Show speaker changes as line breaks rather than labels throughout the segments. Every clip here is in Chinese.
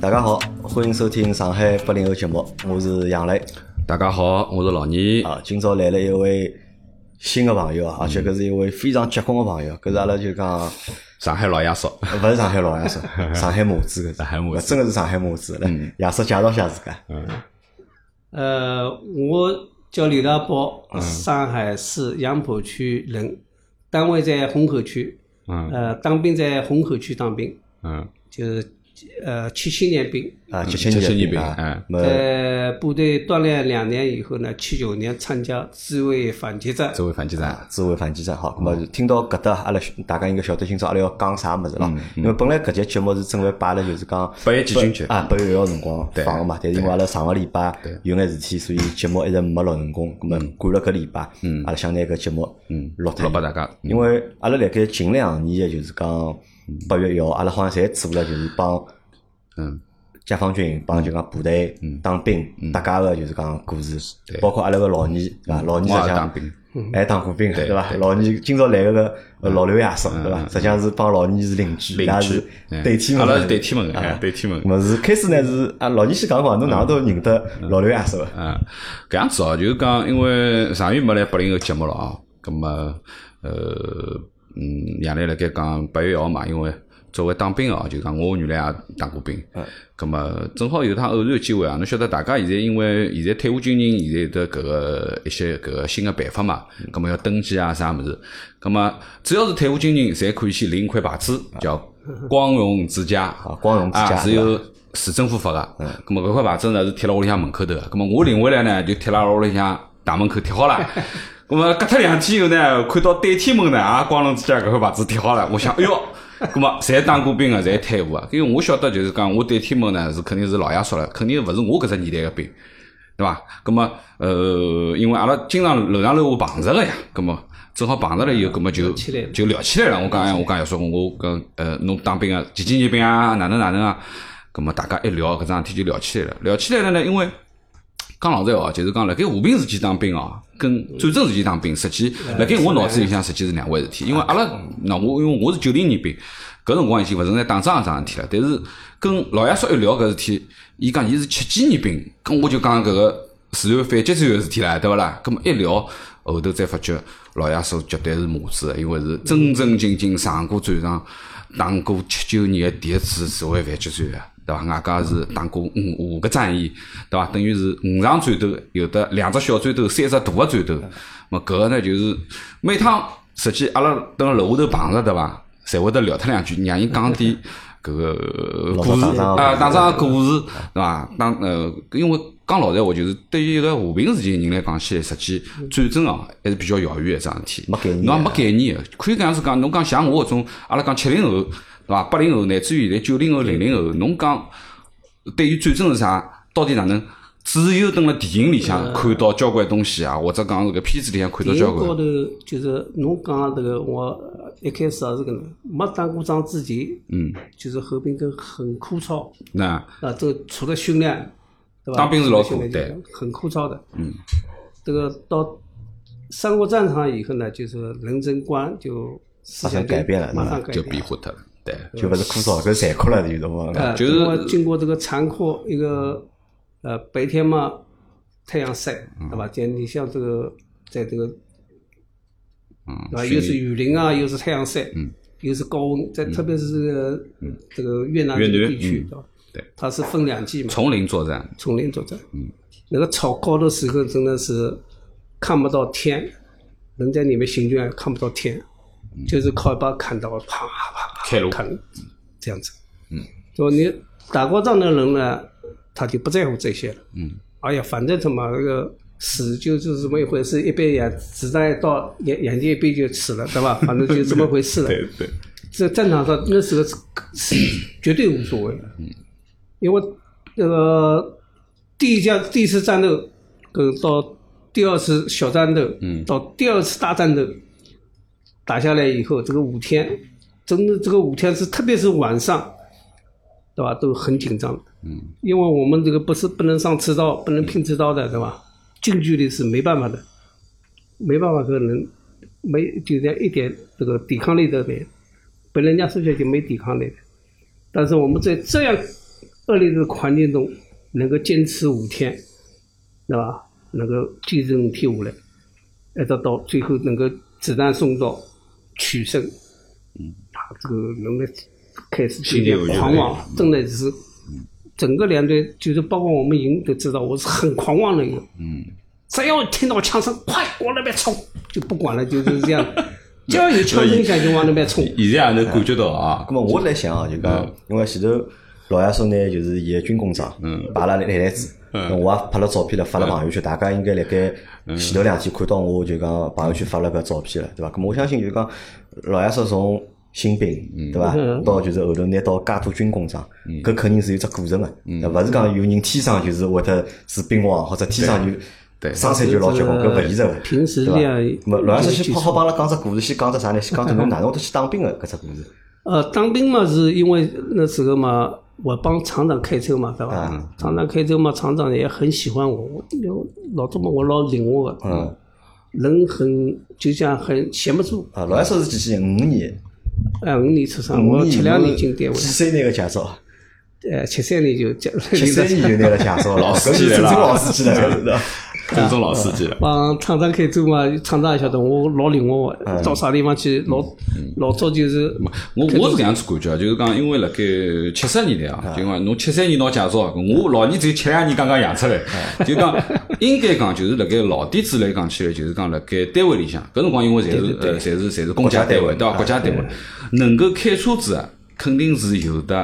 大家好，欢迎收听上海八零后节目，我是杨磊。
大家好，我是老倪。
啊，今朝来了一位新的朋友
嗯
啊，而且搿是一位非常结棍的朋友，搿是阿拉就讲。
上海老爷叔，
勿是上海老爷叔，上海母子搿是，
上海母 子嗯
真个是上海母子。来，爷叔介绍下自啊家，
呃，我叫刘大宝，上海市杨浦区人，单位在虹口区，
嗯
呃，当兵在虹口区当兵，
嗯
就是呃七七年兵，
啊，
嗯
七
七七
年
年
兵
兵
啊
哎，
么
在部队锻炼两年以后呢，七九年参加自卫反击战，
这位反击战，
自卫反击战好，
嗯
咁么听到搿搭，阿拉大家应该晓得今朝阿拉要讲啥物事了。因为本来搿节节目是准备摆了，就是讲
八嗯一建军节
啊，八月一号辰光
对
放个嘛。但是因为阿拉上个礼拜有眼事体，所以节目一直没录成功。咁
嗯
么赶了搿礼拜，阿拉想拿搿节目录脱
老拨大家。
因为阿拉辣盖近两年，就是讲八月一号，阿拉好像侪做了，就是帮
嗯
解放军帮就讲部队当兵，大家个就是讲故事
对，嗯
包括阿拉个老倪，对伐？老倪实
我
际
也
上
当兵
还哎当过兵，对伐？
嗯对嗯
老倪今朝来个个呃老刘爷叔，对伐？实际上是帮老倪是邻居，伊
邻
拉
居
是，对天门
嗯阿
的，
拉是对天门的，
啊
哎对天门的。
么是开始呢是啊，老倪先讲讲，侬哪能都认得老刘爷叔伐？
嗯，搿样子哦，就是讲，因为上月没来八零后节目了啊，葛末呃，嗯，杨磊辣盖讲八月一号嘛，因为作为当兵哦，就讲我原来也当过兵，
嗯
葛末正好有趟偶然机会啊，侬晓得大家现在因为现在退伍军人现在的搿个一些搿个新的办法嘛，葛末要登记啊啥物事，葛末只要是退伍军人，侪可以去领一块牌子，叫光荣之家
啊光荣之家
啊是
对吧嗯
由呃市政府发个，咁啊么搿块牌子呢是贴辣屋里向门口头个，咁么我领回来呢就贴辣屋里向大门口贴 好了，咁么隔脱两天以后呢，看到对天门呢啊光荣之家搿块牌子贴好了，我想哎哟，咁么侪当过兵个，侪退伍啊个，因为我晓得就是讲我对天门呢是肯定是老爷叔了，肯定勿是我搿只年代个兵。对伐？咁么，呃，因为阿拉经常楼上楼下碰着个呀，咁么正好碰着了以后，咁么就
啊起来了
就聊起来了。我讲哎，我讲要说我跟呃，侬当兵啊，几几年兵啊，哪能哪能啊？咁么大家一聊搿桩事体就聊起来了。聊起来了呢，因为讲老实话哦，就是讲辣盖和平时期当兵哦，跟
嗯
战争时期当兵，实际
哎
辣盖我脑子里向实际是两回事体。因为阿拉
嗯
那我因为我是九零年兵，搿辰光已经勿存在打仗搿啊桩事体了。但是跟老爷叔一聊搿事体，伊讲伊是七几年兵，跟我就讲搿个自然反击战个事体啦，对勿啦？搿么一聊，后头才发觉老爷叔绝对是麻子的，因为是正正经经上过战场，打过七九年的第一次自卫反击战啊。对伐？外加是打过五五个战役，对伐？等于是五场战斗，有的两只小战斗，三只大个战斗。么搿个呢，就是每趟实际阿拉蹲辣楼下头碰着，对伐？侪会得聊脱两句，让伊讲点搿个
老早
故事
打仗
啊，打仗个故事，对伐？当呃，因为讲老实话，就是对于一个和平时期的人来讲起来，实际战争哦还是比较遥远一桩事体。
没概念啊
侬也没概念的，可以搿样子讲，侬讲像我搿种，阿拉讲七零后，对伐？八零后，乃至于现在九零后、零零后，侬讲对于战争是啥，到底哪能？只有等辣电影里
呃
向看到交关东西啊，或者讲是搿片子里向看到
电影
交
高
关
头就是侬讲的这个，我呃一开始也是搿能，没打过仗之前，嗯，就是后兵跟很枯燥，
那
啊，这个除了训练，对吧？
当兵是老苦
训练就是
对
很枯燥的。嗯，这个到上过战场以后呢，就是人生观就
发生改变了
马上改
就
变
变化脱了，对。
就勿是枯燥，搿是残酷了，就是我
啊，
就是
因为经过这个残酷一个呃白天嘛太阳晒，对吧？像你像这个在这个
嗯
对吧，
训
又
练
是雨林啊，又是太阳晒，又是高温，在特别是这个越南
嗯越
这个
南
地区
嗯，
对吧？
对，
它是分两季嘛。
丛林作战，
丛林作战。嗯，那个草高的时候真的是看不到天，人在里面行军看不到天，就是靠一把砍刀啪啪啪
开路
砍，这样子。嗯，就你打过仗的人呢，他就不在乎这些了。嗯，哎呀，反正他妈那个。死就就是这么一回事，一杯眼子弹一到眼眼睛一闭就死了，对吧？反正就这么回 事了。
对，
在战场上那时候是是 绝对无所谓的，因为那个第一架第一次战斗跟到第二次小战斗，嗯，到第二次大战斗打下来以后，这个五天，真的这个五天是特别是晚上，对吧，都很紧张，嗯，因为我们这个不是不能上刺刀，不能拼刺刀的，对吧？近距离是没办法的，没办法和人没就在一点这个抵抗力都没有。本来人家说起来就没抵抗力的，但是我们在这样恶劣的环境中能够坚持五天，对吧？能够坚持五天下来，一直到最后能够子弹送到取胜，他这个人呢开始
心里
有点
有点
狂妄
那个，
真的是整个两队就是包括我们赢都知道我是很狂妄的一个，嗯，只要听到枪声，快往那边冲，就不管了，就 是这样，只要有枪声响就往那边冲。
现在也能感觉到啊
咁，么我来想啊，就讲，因为前头老爷叔呢，就是伊个军功章，摆了来来子，我也拍了照片了，发了朋友圈，大家应该辣盖前头两天看到我就讲朋友圈发了个照片了，对伐？咁么我相信就讲老爷叔从新兵，对伐？
嗯
到就是后头拿到介多军功章，搿肯定是有只过程个，勿是讲有人天生就是会得是兵王，或者天生就。
对
生出来就老结棍，搿勿现实个。
平时
对伐
这样
咾么老爷叔
就
先好好帮阿拉讲只故事，先讲只啥呢？先讲只侬哪能会得去当兵个搿只故事。
呃，当兵嘛，是因为那时候嘛，我帮厂长开车嘛，对吧？
啊
厂长开车嘛，厂长也很喜欢我，我我老早嘛，我老领我的，
嗯，
人很就像很闲不住。
啊，老爷叔是几几年？五年，
哎，五年出生，
五
我七两
五
年进单
几
位，
岁拿个驾照？
哎，七三年就结
嗯 七三年就拿了驾照，
老司
司
机
机
了啊
真正老司机了，
啦
搿是 的。
跟踪老司机了，
帮厂长开车嘛，厂长也晓得我老领我的，
嗯
到啥地方去老老早就是
我我是搿样子感觉，就是讲，因为辣盖七十年代啊，就讲侬七三年拿驾照，我老年只有七两年刚刚养出来，就讲 应该讲就是辣盖老底子来讲起来，就是讲辣盖单位里向，搿辰光因为侪是呃侪是侪是公家单位啊对伐？国家单位能够开车子啊，肯定是有的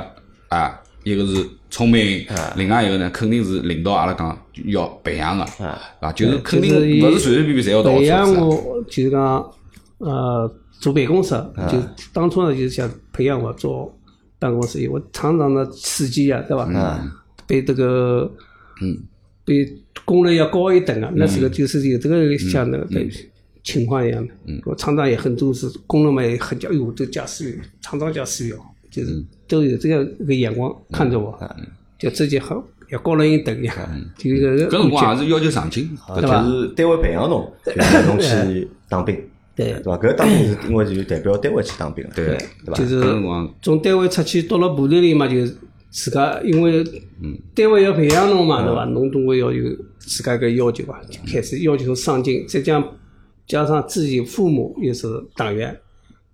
啊，一个是聪明，另外一个呢，肯定是领导阿拉讲要培养个，啊，就是肯定
就是伊
勿是随随便便侪要到
培
学
养
车子啊，
我就是讲，呃，做办公室，就当初呢就是想培养我做办公室业务，我常常呢刺激呀，对吧？比这个，嗯，比工人要高一等啊。那时候就是有这个像那个对情况一样的。我厂长也很重视，工人们也很讲，哎呦，这驾驶员，厂长驾驶员，就是都有这样一个眼光看着我，就自己好要高人一等呀，就一个
搿辰光也是要求上进，
啊
搿
就
吧
是单位培养侬，就是让侬去当兵，
对
对伐？搿当兵是因为就是代表单位去当兵了，
对
对伐？
就是
搿辰光
从单位出去到了部队里嘛，就自家因为单位要培养
嗯
侬嘛，对伐？侬总归要有自家个要求伐，就开始要求上进，再加加上自己父母又是党员，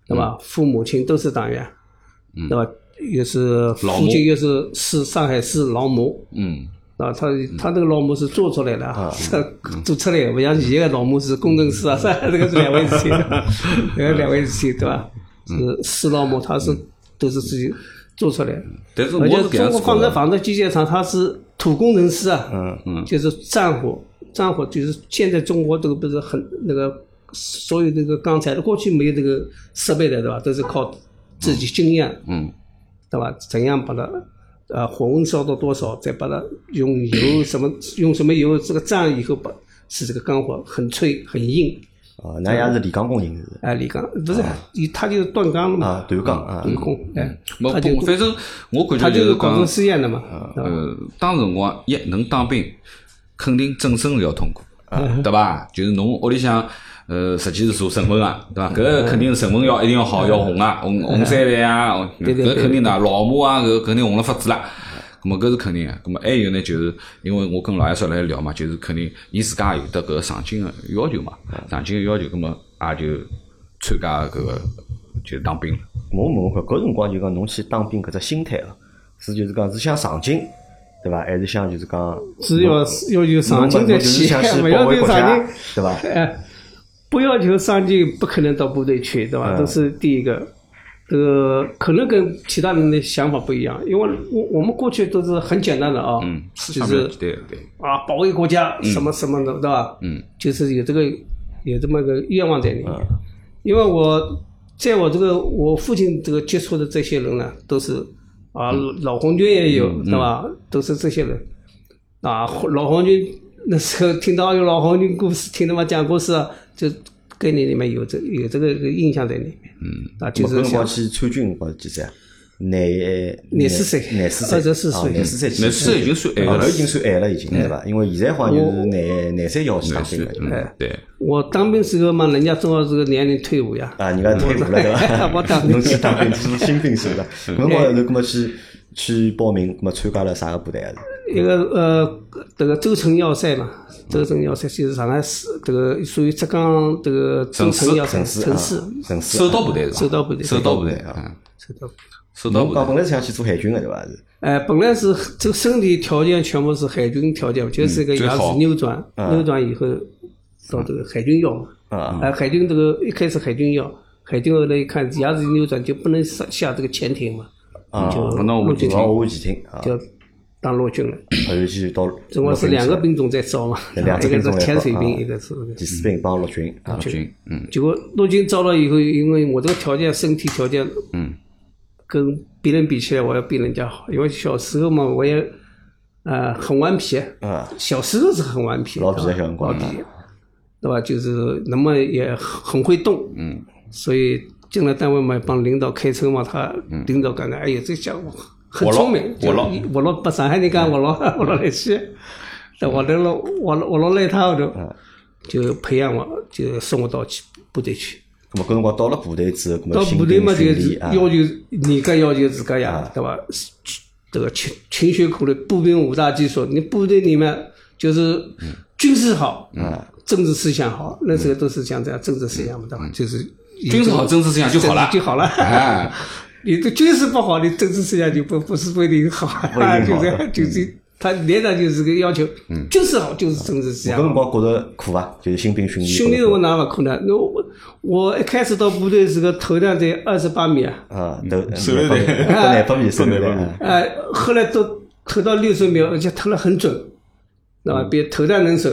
对
嗯
伐？父母亲都是党员，对伐？又是
老
父
母
亲又是市上海市劳模，
嗯。
啊，他他这个老母是做出来的啊， 做出来的，不像以前的老母是工程师啊，啥 这个是两回事体，这个两回事体，对吧？是是老母，他是都是自己做出来的。
但是我
而
是
且
搿样
中
子觉
国纺织
得，
纺织机械厂，它是土工程师啊，嗯嗯，就是战火，战火就是现在中国这个不是很那个，所有这个钢材，过去没有这个设备的，对吧？都是靠自己经验，
嗯，
对吧？怎样把它呃火温烧到多少，再把它用 油什么用什么油，这个蘸以后把使这个钢火很脆很硬，
啊，那也是李刚工人是
哎、锂钢不
啊
是，你它就是锻钢了
嗯
嘛，
啊，短钢啊
断，空，哎，
没
它就
不，反正我感
它
觉
就是是搞
讲
成，试验的嘛，对吧？
呃，
嗯
当时辰光一能当兵，肯定正身是要通过， 对吧？就是侬屋里向。呃，实际是做成本啊，对吧？
嗯
搿肯定成本要一定要好，要红 啊，红红三代啊，红
对对
搿
对
肯定的，老母啊，搿肯定红了发紫啦。咁么搿是肯定个，咁么还有呢，就是因为我跟老爷叔来聊嘛，就是肯定伊自家也有得搿个上进个要求嘛，
嗯
上进个要求，咁么也就参加搿个就是当兵了。
我问问看，搿辰光就讲侬去当兵搿只心态啊，是就是讲是想上进，对伐？还是想就是讲
只要要求上
侬
进再
侬就是
去
想，去
不
保
要
卫
求
国家
上进，，
对伐？
哎，不要求上进，不可能到部队去，对吧？
嗯
这是第一个。这个可能跟其他人的想法不一样，因为我我们过去都是很简单的啊，
嗯，
就是
对对，
啊，保卫国家什么什么的，对吧？
嗯，
就是有这个有这么个愿望在里面。因为我在我这个我父亲这个接触的这些人呢，都是啊，老红军也有，对吧？都是这些人啊，老红军那时候听到有老红军故事，听他们讲故事，啊，就跟你里面有这有这个印象在里面。嗯，啊，就
搿
是
辰光
想
去参军辰光几岁啊？廿
廿四岁
廿四岁，
二十四岁
啊廿四岁去，
廿四岁已经算哎晚了
后哦头已经算晚了，已经对伐？因为现在好像就是廿廿三要去当兵了，哎对伐
嗯，对，
我当兵时候嘛，人家中国这个年龄退伍呀，
啊，人家退伍了对伐？
我当兵
侬去当兵是新兵是伐？搿辰光后头搿么去去报名，咁么参加了啥个部队啊？
一个呃，这个州城要塞嘛，州城要塞就是上海市这个属于浙江这个州城要塞
城市啊
城市，
城市啊
首刀部队是吧？
首刀部队
首刀部队啊，
知道不
首刀部
侬讲
队。
本来是想去做海军个对伐？是
哎，本来是这身体条件全部是海军条件，就是这个
最
牙
好
齿扭转，扭转以后到这个海军要嘛。
嗯啊，
哎，海军这个一开始海军要，海军后来一看牙齿扭转就不能上下这个潜艇嘛，
啊
就
那我
陆
们
军
就
老武前艇啊，
就当陆军了。
后头去到
总共是两个兵种在招嘛，
对两
一
个
个
兵种
是
在招
潜水兵，
啊
一个是那个
第四兵帮陆军啊，
陆军，嗯，
结果陆军招了以后，因为我这个条件、身体条件，嗯，跟别人比起来，我要比人家好。因为小时候嘛，我也呃很顽皮，
啊，
小时候是很顽皮，
老皮的
对吧
小辰光啊
老皮，对吧？就是那么也很会动，嗯，所以进了单位嘛，帮领导开车嘛，他领导感觉，哎呀，这家伙很
我老
聪明，
我老
就我老把上海人讲我老 我老来西，对我来了我老我老来他后头，就培养我，就送我到去部队去。
咁么搿辰光到了部队之后，咁么
到部
新
队
兵
嘛，就
训
是
练啊，
要求人家要求自家
啊
呀，对吧？这个勤勤学苦练，步兵五大基础。你部队里面就是军事好，
嗯
政治思想好，那时候都是讲这样，啊政治思想嘛，对吧？就是以
嗯军事好，
这
政治思想就
个
好了
就。好了。
哎，
你的军事不好，你政治思想就不不是不一定好，啊
不一定
就
好
嗯
这样，就是他连长就是个要求，军事好就是政治思
搿
想好。
辰光觉着苦伐？就是新兵训练，
训练我哪勿可能？那我我一开始到部队是个头上在二十八米啊。
啊，都
手榴弹
都两百米，手榴
都
弹
两
啊
呃，后来都投到六十秒，而且投得很准，对吧？比投弹能手，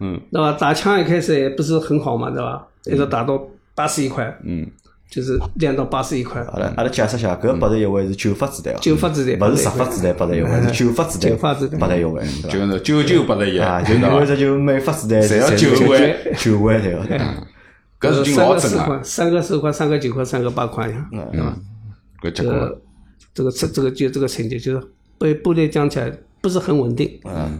嗯，
对吧？打枪一开始也不是很好嘛，对吧？一直打到八十一块，嗯，啊就是练到八十一块，
阿拉阿拉解释一下，搿八十一位是九发子弹啊，
九发子弹
勿是十发子弹八十一位，是九发子弹
九发子弹
八十一位，对伐
就是九九八十一，
啊，就
对
因为
吧？
这就每发子弹
侪要
九
九
位
位，
九位对伐？
搿事情
三
老
个
准
四
啊
块，，三个四块，三个九块，三个八块呀。
搿结
这
棍了。
个这个这这个就这个成绩，就是被部队讲起来不是很稳定。嗯，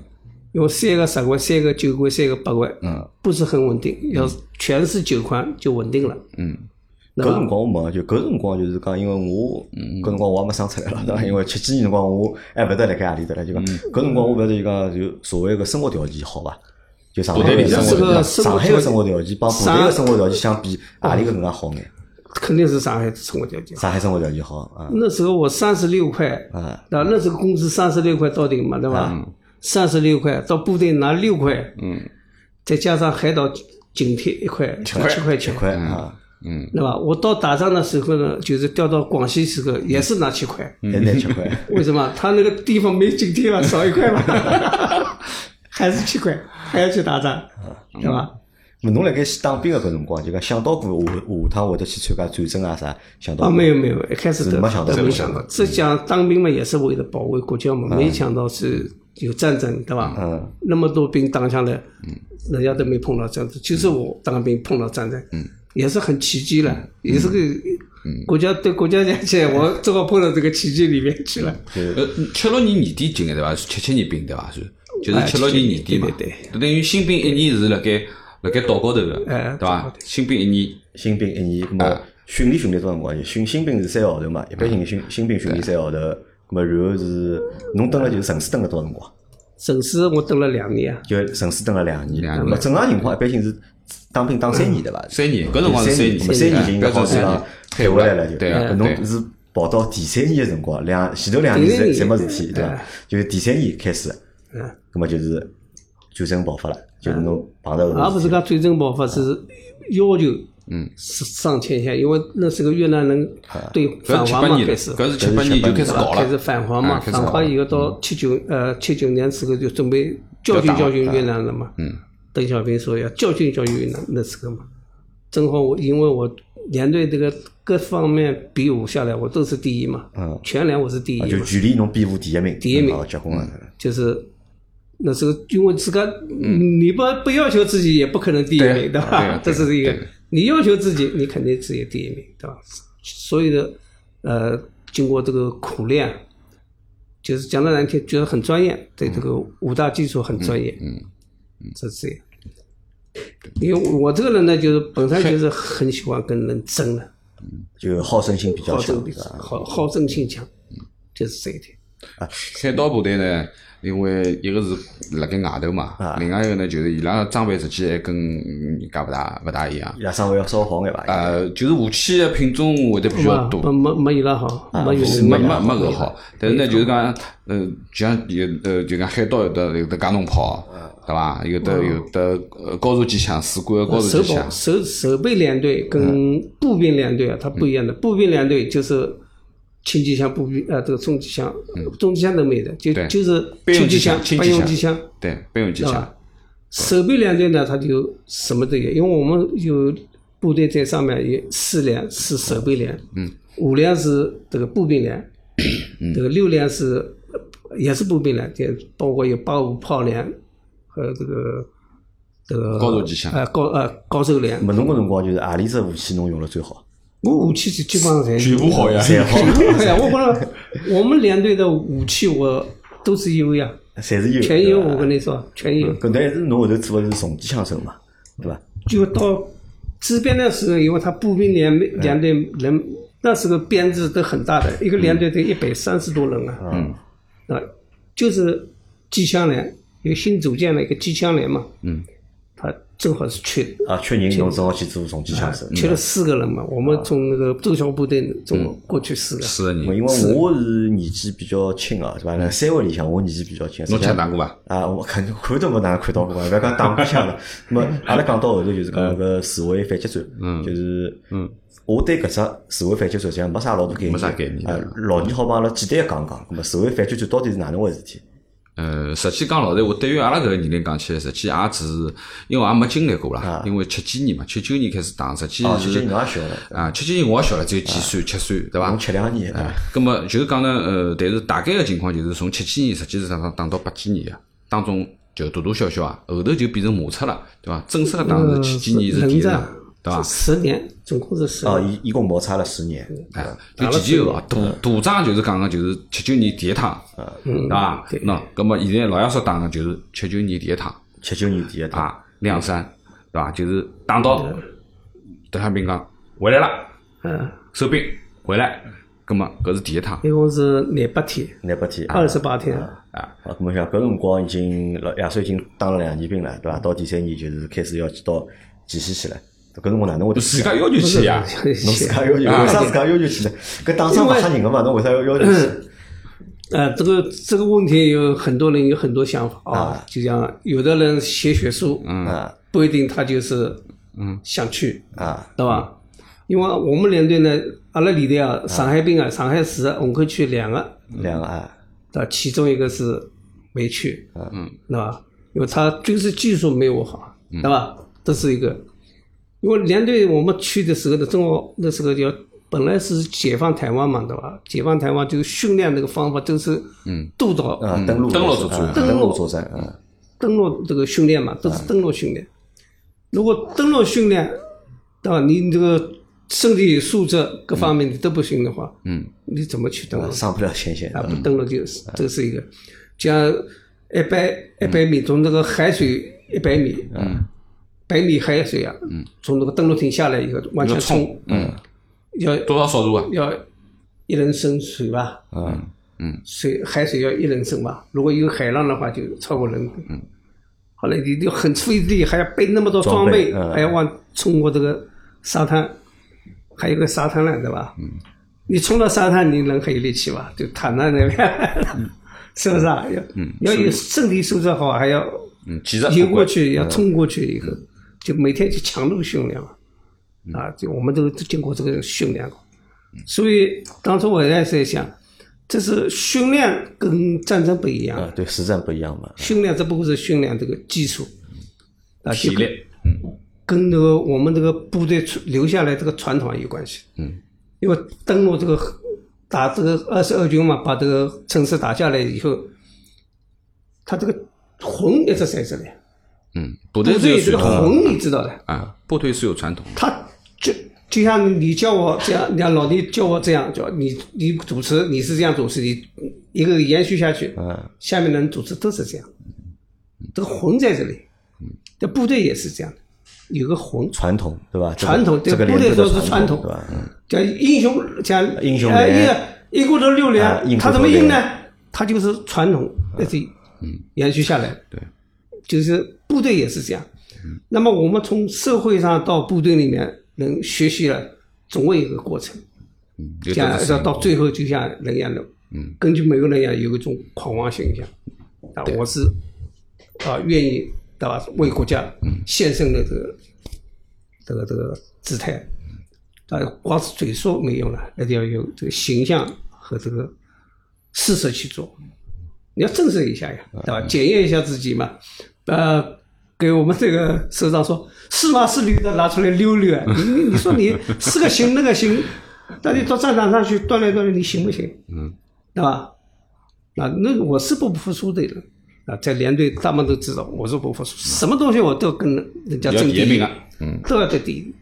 因为三个十块，三个九块，三个八块，嗯，不是很稳定。要是全是九块就稳定了。嗯，那
搿
么嗯
辰光我问啊，就搿辰光就是讲，因为我搿辰光我还没生出来了，对伐？因为七几年辰光我还勿得辣盖阿里搭了，
嗯
就讲搿辰光我勿是就讲就所谓个生活条件好伐？就上海
部队
个
里
生活
这个
条件，
生
上
活
海
条
个
件嗯
生活条件帮部队个生活条件相比，阿里个更加好眼。
肯定是上海的生活条件。
上海生活条件好啊，
那时候我三十六块，
啊，
对吧？那时候工资三十六块到顶嘛，对
嗯
吧？三十六块到部队拿六块，嗯，再加上海岛津贴一块，七
块
块钱
七，块啊，
对吧？我到打仗的时候呢，就是调到广西时候
嗯
也是拿七块，
也拿七 块。
为什么？他那个地方没津贴了，少 一块嘛，还是七块，还要去打仗，
嗯
对吧？
咾侬辣盖去当兵个搿辰光，就讲想到过下下趟会得去参加战争啊啥，想到
啊，
过
没有没有，一开始
是
都
没想到
都
没
没
想
想到，只讲当兵嘛，也是为了保卫国家嘛，没想到是有战争，对吧？
嗯，
那么多兵当下来，人家都没碰到战争，就是我当兵碰到战争，嗯，也是很奇迹了，
嗯
也是个国家对国家讲起来，我正好碰到这个奇迹里面 去了。
呃，七六年年底进的对伐？七七年兵对伐？算就是七六年年底嘛
哎，对对
就等于新兵一年是辣盖辣盖岛高头的，
哎
对伐？新兵一年
新兵一年，咁
啊
么训练训练多少辰光？训新兵是三个号头嘛，一般性新新兵训练三个号头，咁么然后是侬蹲了就是城市蹲了多少辰光？
省师我蹲了两年啊，
就城市蹲了两年，
两
咁
年嗯
么正常情况一般性是当兵当三年对伐？
三年，搿辰光是
三
年，
咁么三年就应该
标
好
准
像
三
讲
年
退
退
回来
了
了就。
对啊
咁
对
侬是跑到第三年个辰光，两前头两年侪侪没事体对伐？就是第三年开始，
嗯，
咁么就是战争爆发了，就是侬碰到
而啊不
搿
是
种
讲战争爆发是要求，嗯，上前线，因为那时候越南人
啊
对
搿
反
是七
华
八
嘛
年
开
了，
始，
搿是七八年就开始搞
开始
了，
反华嘛，
啊开始
反
搞
华
了
以后到七九呃七九年时候就准备教训教训越南了嘛。嗯，邓小平说要教训教训越南那时候嘛，正好我因为我连队这个各方面比武下来，我都是第一嘛。
嗯，
全连我是第一
啊，就
嘛，
距离侬比武第一名，
第一名
哦结棍了。
就是。那时候，因为自个，你不不要求自己，也不可能第一名，
嗯对啊
对
对
吧
对？
这是一个
对，啊
你要求自己，你肯定自己第一名，对吧？所以的，呃，经过这个苦练，就是讲的难听，觉得很专业，对这个五大基础很专业，嗯，这是这样。因为我这个人呢，就是本身就是很喜欢跟人争的，
就好胜心比较
好
强
胜，比
啊
是吧
好好胜心强，就是这一点。
海盗部队呢，因为一个是辣盖外头嘛，另外一个呢就是伊拉装备实际还跟人家勿大勿大一样。
伊拉生活要稍微好眼伐？
呃，就是武器的品种会得比较多。
没没没伊拉好，没有
啊是
没
嗯没没没搿好，但是呢，就是讲，呃，像有呃，就讲海盗有的有的加农炮，对伐？有的有的呃高速机枪，士官的高速
手
机枪
保，手手备连队跟步兵连队啊，它不一样的。
嗯
步兵连队就是轻机枪、步兵啊，这个重机枪、重机枪都没的，就
嗯对
就是
备用
轻
机
机
枪轻
备
机
用
枪
机枪。啊
对，备用机
对
枪
吧，守备连队呢，它就什么都有，因为我们有部队在上面有四连是守备连，嗯，五连是这个步兵连，
嗯
这个六连是呃也是步兵连，也包括有八五炮连和这个这个
高速机枪
呃高呃高手连，
没侬搿辰光就是何里只武器侬用了最好？
我武器基基本上侪
全 部好呀，
侪好，
哎呀，我觉着我们连队的武器我都是有呀，
侪是有。
全有，
对嗯伐
我跟你说全有。
搿但是侬后头做的是重机枪手嘛，对伐？
就到支边的时候，因为他步兵连连队人那时候编制都很大的，一个连队得一百三十多人啊，嗯，啊，就是机枪连，一个新组建的一个机枪连嘛，嗯，他正好是缺
啊，缺人侬只好去做重机枪手。
嗯
缺了四个人嘛，我们从那个周小部队中过去四个，
是的
因
人。
为我是年纪比较轻啊，对伐？那三位里向我年纪比较轻，
侬
实际上
枪打过伐？
啊，我看看都没哪能看到过，啊勿要讲打过枪 了。那么阿拉讲到后头就是讲那个自卫反击战，就是嗯，我对搿只自卫反击战实际上没啥老多概念，
没啥概念
啊，老倪好帮阿拉简单讲讲，那么自卫反击战到底是哪能回事体？
呃，实际讲老实话，对于阿拉搿个年龄讲起来，实际也只是因为也没经历过啦，因为七几年嘛，七九年开始打，实际
啊，其实
是
侬也晓得，
啊，七几年我也小了，只有几岁，七岁，对伐
侬？七两年啊，
咁么就是讲呢，呃，但是大概个情况就是从七几年实际是打打到八几年啊，当中就大大小小啊，后头就变成摩擦了，对伐？正式的打
嗯
是七几年是第
冷
一
战
场，对伐？
十年，总共是十
啊，
年，
一一共摩擦了十年，
哎，
啊
就前前后后，大
嗯
大仗就是讲个就是七九年第一趟，
啊
对伐？那咁么现在老爷说打个就是七九年第一趟
七九年第一趟，
啊，两三，对伐？就是打到邓小平讲回来了，
嗯，
收兵回来，咁么搿是第一趟
一共是廿八天，
那八天
二十八天。
啊。
啊，咁么像搿辰光已经老亚叔已经当了两年兵了，对伐？到第三年就是开始要去到前线去了。搿辰光哪能会得啊
自家要求去
啊
呀，
侬自家要求，为啥自家要求去呢？搿打仗勿吓人个嘛，侬为啥要要求
嗯
去？
呃，这个这个问题有很多人有很多想法啊，
啊
就像有的人写血书，
嗯
啊
不一定他就是嗯想去，
啊
对吧？因为我们连队呢，阿拉里头啊，上海兵啊，上海市啊虹口区两个，
两个啊
对吧？其中一个是没去，嗯，对吧？因为他军事技术没有我好，对吧？这是一个。因为连队我们去的时候呢，正好那时候要本来是解放台湾嘛，对吧？解放台湾就是训练那个方法都是嗯督导
啊，登陆
登陆作
作战，
战
登陆作战啊，
登陆这个训练嘛，都是登陆训练。如果登陆训练，对吧？你这个身体素质各方面你都不行的话，嗯，你怎么去登陆
啊？上不了前线
啊，不登陆就是这是一个，就像一百一百米从这个海水一百米，嗯，百米海水啊，嗯，从那个登陆艇下来以后往前冲，嗯，要
多少少数啊？
要一人升水吧，
啊
嗯水海水要一人升吧，如果有海浪的话就超过人。嗯，好了，你就很费力，还要背那么多
装
装
备
备，
嗯
还要往冲过这个沙滩，还有个沙滩了，对吧？嗯，你冲到沙滩，你人还有力气吧？就躺在那边， 是不是啊？要、要有身体素质好，还要
嗯，技 术
游过去，要冲过去以后，就每天去强度训练嘛。啊，就我们都都经过这个训练过，所以当初我也在想，这是训练跟战争不一样，
啊，对，实战不一样嘛，
训练只不过是训练这个技术，啊，
体
就跟
力，
跟这个我们这个部队传留下来这个传统有关系。嗯，因为登陆这个打这个二十二军嘛，把这个城市打下来以后，他这个魂一直在这里，
嗯，部
部
队是
队
有
这
传
个
统的
魂你知道的，
啊，部队是有传统的，
他就就像你叫我这样，你像老弟叫我这样，叫你你主持，你是这样主持，你一个延续下去，
啊
下面的人主持都是这样，这个魂在这里，这部队也是这样的，有个魂。
传统对伐？这个
传统对
这个
部
连
队
队的
说是传统
对伐？嗯
叫英雄，讲
英雄
哎，
连
一个一锅头六连
啊，硬
他
骨头
怎么硬呢
连？
它就是传统一直
嗯
延续下来。
对，
就是部队也是这样。
嗯
那么我们从社会上到部队里面能学习了，总会有一个过程。
嗯，有
像
这个
到
事
到最后就像人一样的，嗯，根据每个人一样有一种狂妄形象，啊，我是啊愿意对吧为国家
嗯
献身的这个这个这个姿态，啊，光是嘴说没用了，一定要有这个形象和这个事实去做，你要证实一下呀，对
嗯
吧？检验一下自己嘛，呃。给我们这个首长说，是马是驴的拿出来溜溜啊！你你你说你是个行那个行，那你到战场上去锻炼锻炼，你行不行？嗯，对吧？啊，那我是不服输的人啊，在连队他们都知道我是不服输，什么东西我都跟人家
要
争第
严
一
明啊，
嗯，都要得第一，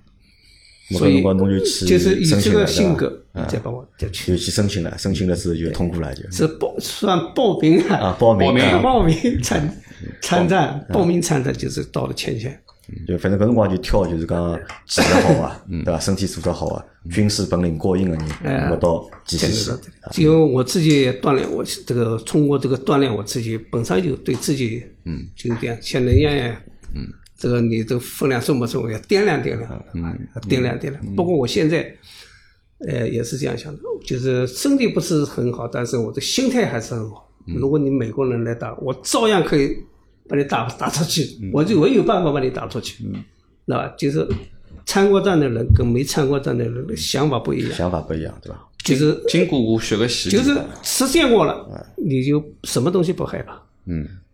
那
所
个
以
辰光侬就去
就是以
申
这
请了，啊
个
对
性
伐
格，你再把我再去，
就去申请了，申请了之后就通过了，就是
报算报名
啊
啊，
报名
报名
啊，嗯
报名参参战，报名参战就是到了前线，
就反正搿辰光就挑，就是讲技术好啊，
嗯
对伐？身体素质好啊，军事本领过硬的人，
哎
那么到前线去。
因为我自己也锻炼，我这个通过这个锻炼我自己，本身就对自己，嗯，就这样像人一样呀，嗯，这个你这分量重不重要？掂量掂量，嗯，掂量掂量。不过我现在，呃，也是这样想的，就是身体不是很好，但是我的心态还是很好。如果你美国人来打，我照样可以把你打打出去，我就我有办法把你打出去，那吧？就是参过战的人跟没参过战的人的想法不一样，
想法不一样，对伐？
就是
经过我血个洗礼，
就是实践过了，你就什么东西不害怕。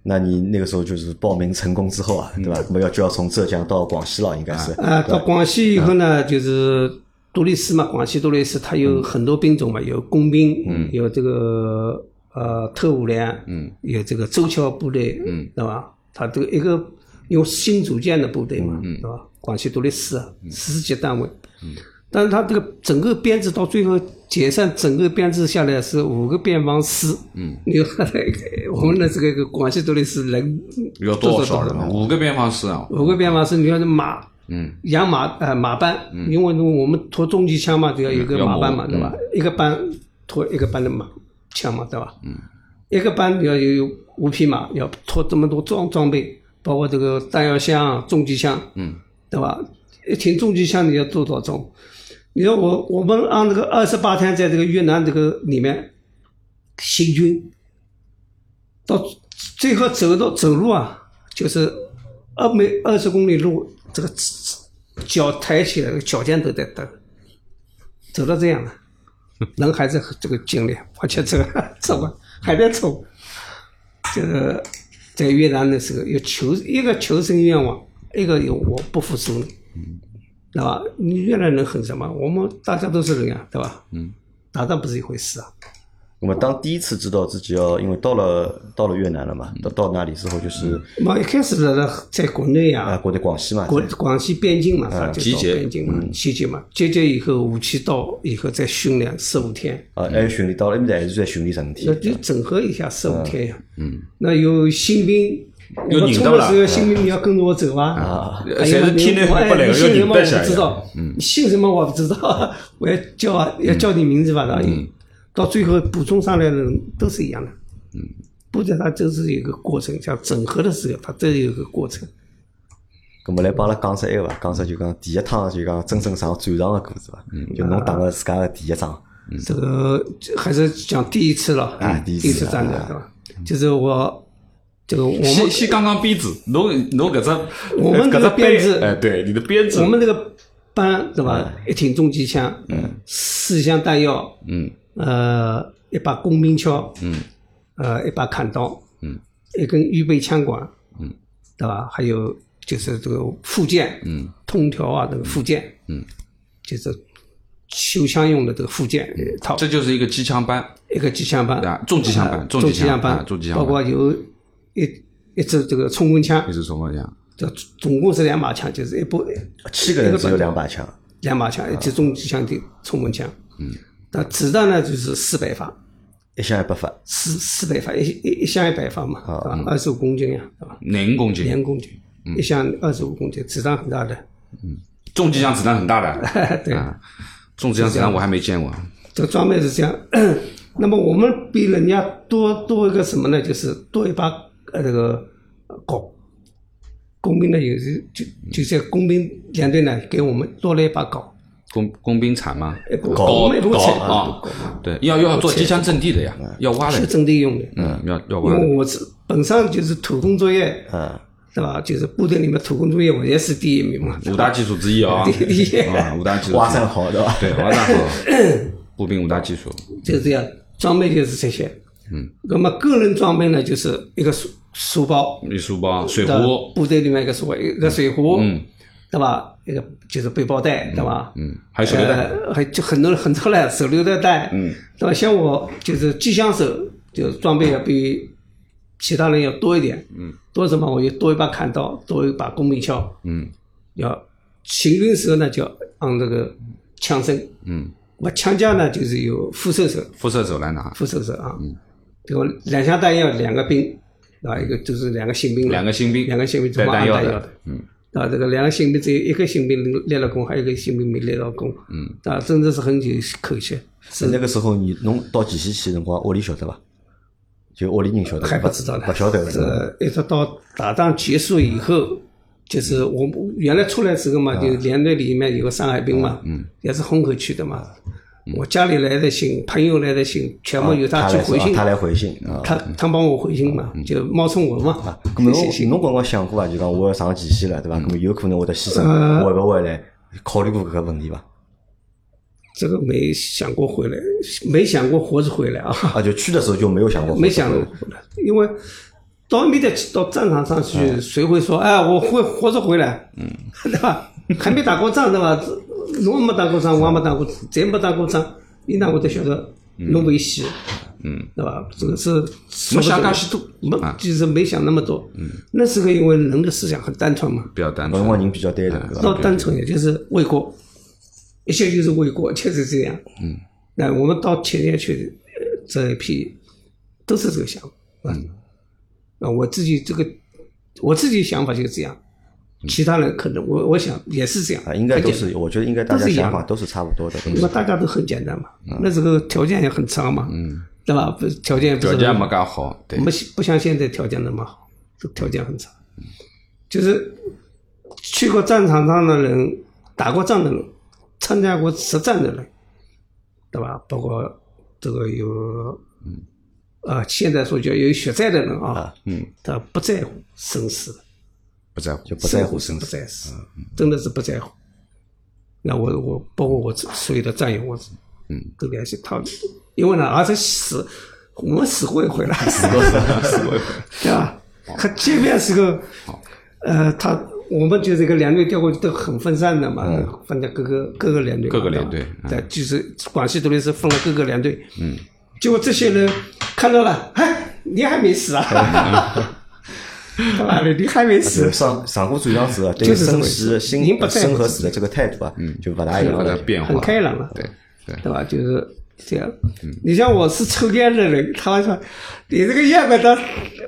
那你那个时候就是报名成功之后啊，对伐？那么要就要从浙江到广西了，应该是
嗯啊，到广西以后呢，就是独立师嘛，广西独立师它有很多兵种嘛，有工兵，有这个呃特务连，嗯，有这个舟桥部队，嗯，对吧？它这个一个用新组建的部队嘛，嗯，对吧？广西独立师啊，师级单位，嗯，但是它这个整个编制到最后解散，整个编制下来是五个边防师，嗯， 你看那个我们的这个个广西独立师人
要多少
多
人？五个边防师啊，
五个边防是你看这马，嗯，养马呃马班，因为我们驮重机枪嘛，就要有一个
要
马班
磨
嘛，对吧？一个班驮一个班的马枪嘛，对吧？嗯，一个班要有五匹马，要驮这么多装装备，包括这个弹药箱、重机枪，嗯，对吧？一挺重机枪你要多少重？你说我我们按这个二十八天在这个越南这个里面行军，到最后走到走路啊，就是二每二十公里路，这个脚抬起来，脚尖都在蹬，走到这样了，人还是这个精力往前走， 走吧，还在走。就是在越南的时候，有求一个求生愿望，一个有我不服输，对吧？你越南人很什么？我们大家都是人啊，对吧？嗯，打仗不是一回事啊。
那么当第一次知道自己要，因为到了到了越南了嘛，到到那里之后就是
嘛，一开始在在国内啊
啊，，嗯过的广西嘛，
广广西边境嘛，他就
啊集
到
结嗯
边境嘛，集结嘛，集结以后武器到以后再训练十五天，
啊，还有训练，到了现在还是在训练整
那
天。
就整合一下十五天呀。嗯，那有新兵，
有
我
领
冲
导
的
了
时候新兵你要跟着我走啊。啊
呃谁是天南海北来
你
的
姓什
要
么我
领带
不
起
知
来呀
道，你姓什么我不知道，我要叫啊要叫你名字吧，然后到最后补充上来的人都是一样的。部队它就是有一个过程，像整合的时候，它都有一个过程。
咁么来帮阿拉讲出一个伐？讲哎出就讲第一趟就讲真正上战场个故事伐？就侬打个自家个第一仗，
这个还是讲第一次了，
啊
第
第一次
次战斗对吧？就是我这个我
先
们
先讲讲编制，侬侬搿只
我们这
搿
个
只
编制
班哎，对你的编制
我，们这个班对吧？
嗯
一挺重机枪，四箱弹药，嗯，呃，一把工兵锹，嗯，呃，一把砍刀，嗯，一根预备枪管，嗯，对吧？还有就是这个附件，嗯，通条啊，这个附件，嗯，就是修枪用的这个附件一套，
这就是一个机枪班，
一个机枪班
对，吧？重机枪
啊
班，
重
机
机枪
班，
班
啊，重机枪
包
班，嗯
括有一一支这个冲锋枪
一，直冲锋枪，
这总共是两把枪，就是一部
七个人只有两把枪，
两把枪，一支重机枪的冲锋枪。嗯，那子弹呢就是四百发，
一箱一百发。
四四百发，一一一箱一百发嘛，啊，二十五公斤呀，对吧？
廿五公斤，
两公斤，一箱二十五公斤，子弹很大的。
重机枪子弹很大的，
对，
重机枪子弹我还没见过，
这个装备是这样， 那么我们比人家多多一个什么呢？就是多一把呃这个呃镐，工兵呢有时就就这工兵连队呢给我们多了一把镐，
工工兵铲吗？
哎镐
镐
我们也不会
镐
切
啊，对，要要做机枪阵地的呀，要挖的
是，征地用的，啊
嗯，要要
因
挖的，
为我是本身就是土工作业，
嗯，
是吧？就是部队里面土工作业我也是第一名嘛，
五大技术之一啊，
第一
啊，五大技术之一，
挖山好对伐？
对，挖山好，步兵五大技术，
就是这样，装备就是这些。嗯，那么个人装备呢，就是一个书书包，
一书包、水
对吧
壶，
部队里面一个水一个水壶，嗯，对吧？一个就是背包带，对吧？嗯，
还有手榴弹，
呃，还就很多人很多了，手榴弹带，嗯，对吧？像我就是机枪手，就是装备要比其他人要多一点，嗯，多什么？我就多一把砍刀，多一把工兵枪，嗯，要行军时候呢，就按这个枪声，嗯，那么枪架呢，就是有副射手，
副射手来拿，
副手手啊，这个两箱弹药两个兵，啊，一个就是两个新兵了，
两个新兵
两个新兵
带
怎么
弹
按
药
弹
的
药的？嗯，啊，这个两个新兵只有一个新兵立了功，还有一个新兵没立到功，嗯，啊，真的是很有口气，
是那个时候你侬到前线去的辰光，屋里晓得伐？就屋里人晓得伐，
还不知道呢，
不晓得
是
个。
一直到打仗结束以后。就是我们原来出来之后
啊
嘛，就连队里面有个上海兵嘛，嗯，也是虹口区的嘛。我家里来的信，朋友来的信，全部由
嗯啊他
去
来
回信，
他来回信啊。嗯
他他帮我回信嘛，就冒充我嘛。
咁么侬侬搿辰光想过伐？就讲我要上前线了，对伐？咁么有可能会得牺牲，
呃
我会勿会来？考虑过搿个问题伐？
这个没想过回来，没想过活着回来啊，
啊，就去的时候就没有想过，
没想过回来，因为到没得到战场上去，谁会说哎，我会活着回来？嗯， 对吧？还没打过仗对吧？侬也没打过仗，我也没打过，谁没打过仗？你哪会得晓得侬危险？嗯，对吧？这个是
没想介许多
没就是没想那么多。啊嗯，那时候因为人的思想很单纯嘛，
比较单
搿辰
纯，
光人比较单纯，对伐？
到单纯也就是为国，一切就是为国，就是这样。嗯，那我们到前线去，呃这一批都是这个想法。嗯，啊，我自己这个我自己想法就是这样，其他人可能我我想也是这样。
嗯啊，应该
很
都
简单
是，我觉得应该大家
都是一样
想法都是差不多的。
那么大家都很简单嘛，
啊
那时候条件也很差嘛，嗯，对吧？不是条件不
条
是
件没介好，对，
没不像现在条件那么好，这条件很差。就是去过战场上的人，打过仗的人，参加过实战的人，对吧？包括这个有，啊，现在说叫有血债的人啊，嗯，他不在乎生死，
不在乎，
就不在乎
生
生
不
死，
在死，真的是不在乎。那我我包括我所有的战友，我嗯都联系他，因为呢，而且死我们死过一回了，死过
死过一回，
对吧？他见面时候，呃，他我们就是一个连队调过去都很分散的嘛，分在各个各个连队
嗯
嘛，
各个连队嗯
对吧对，就是广西独立是分了各个连队，嗯，结果这些人看到了，哎，你还没死
嗯
啊？他妈的，你还没死
就，上上过战场之后，对
就是这
生
么回
死、
事
心
人不嗯在乎
生和死的这个态度啊，就不大一样
它的
了。
变化
很开朗了，啊
对嗯对，
对吧？就是这样。你像我是抽烟的人， 他们说你这个烟管到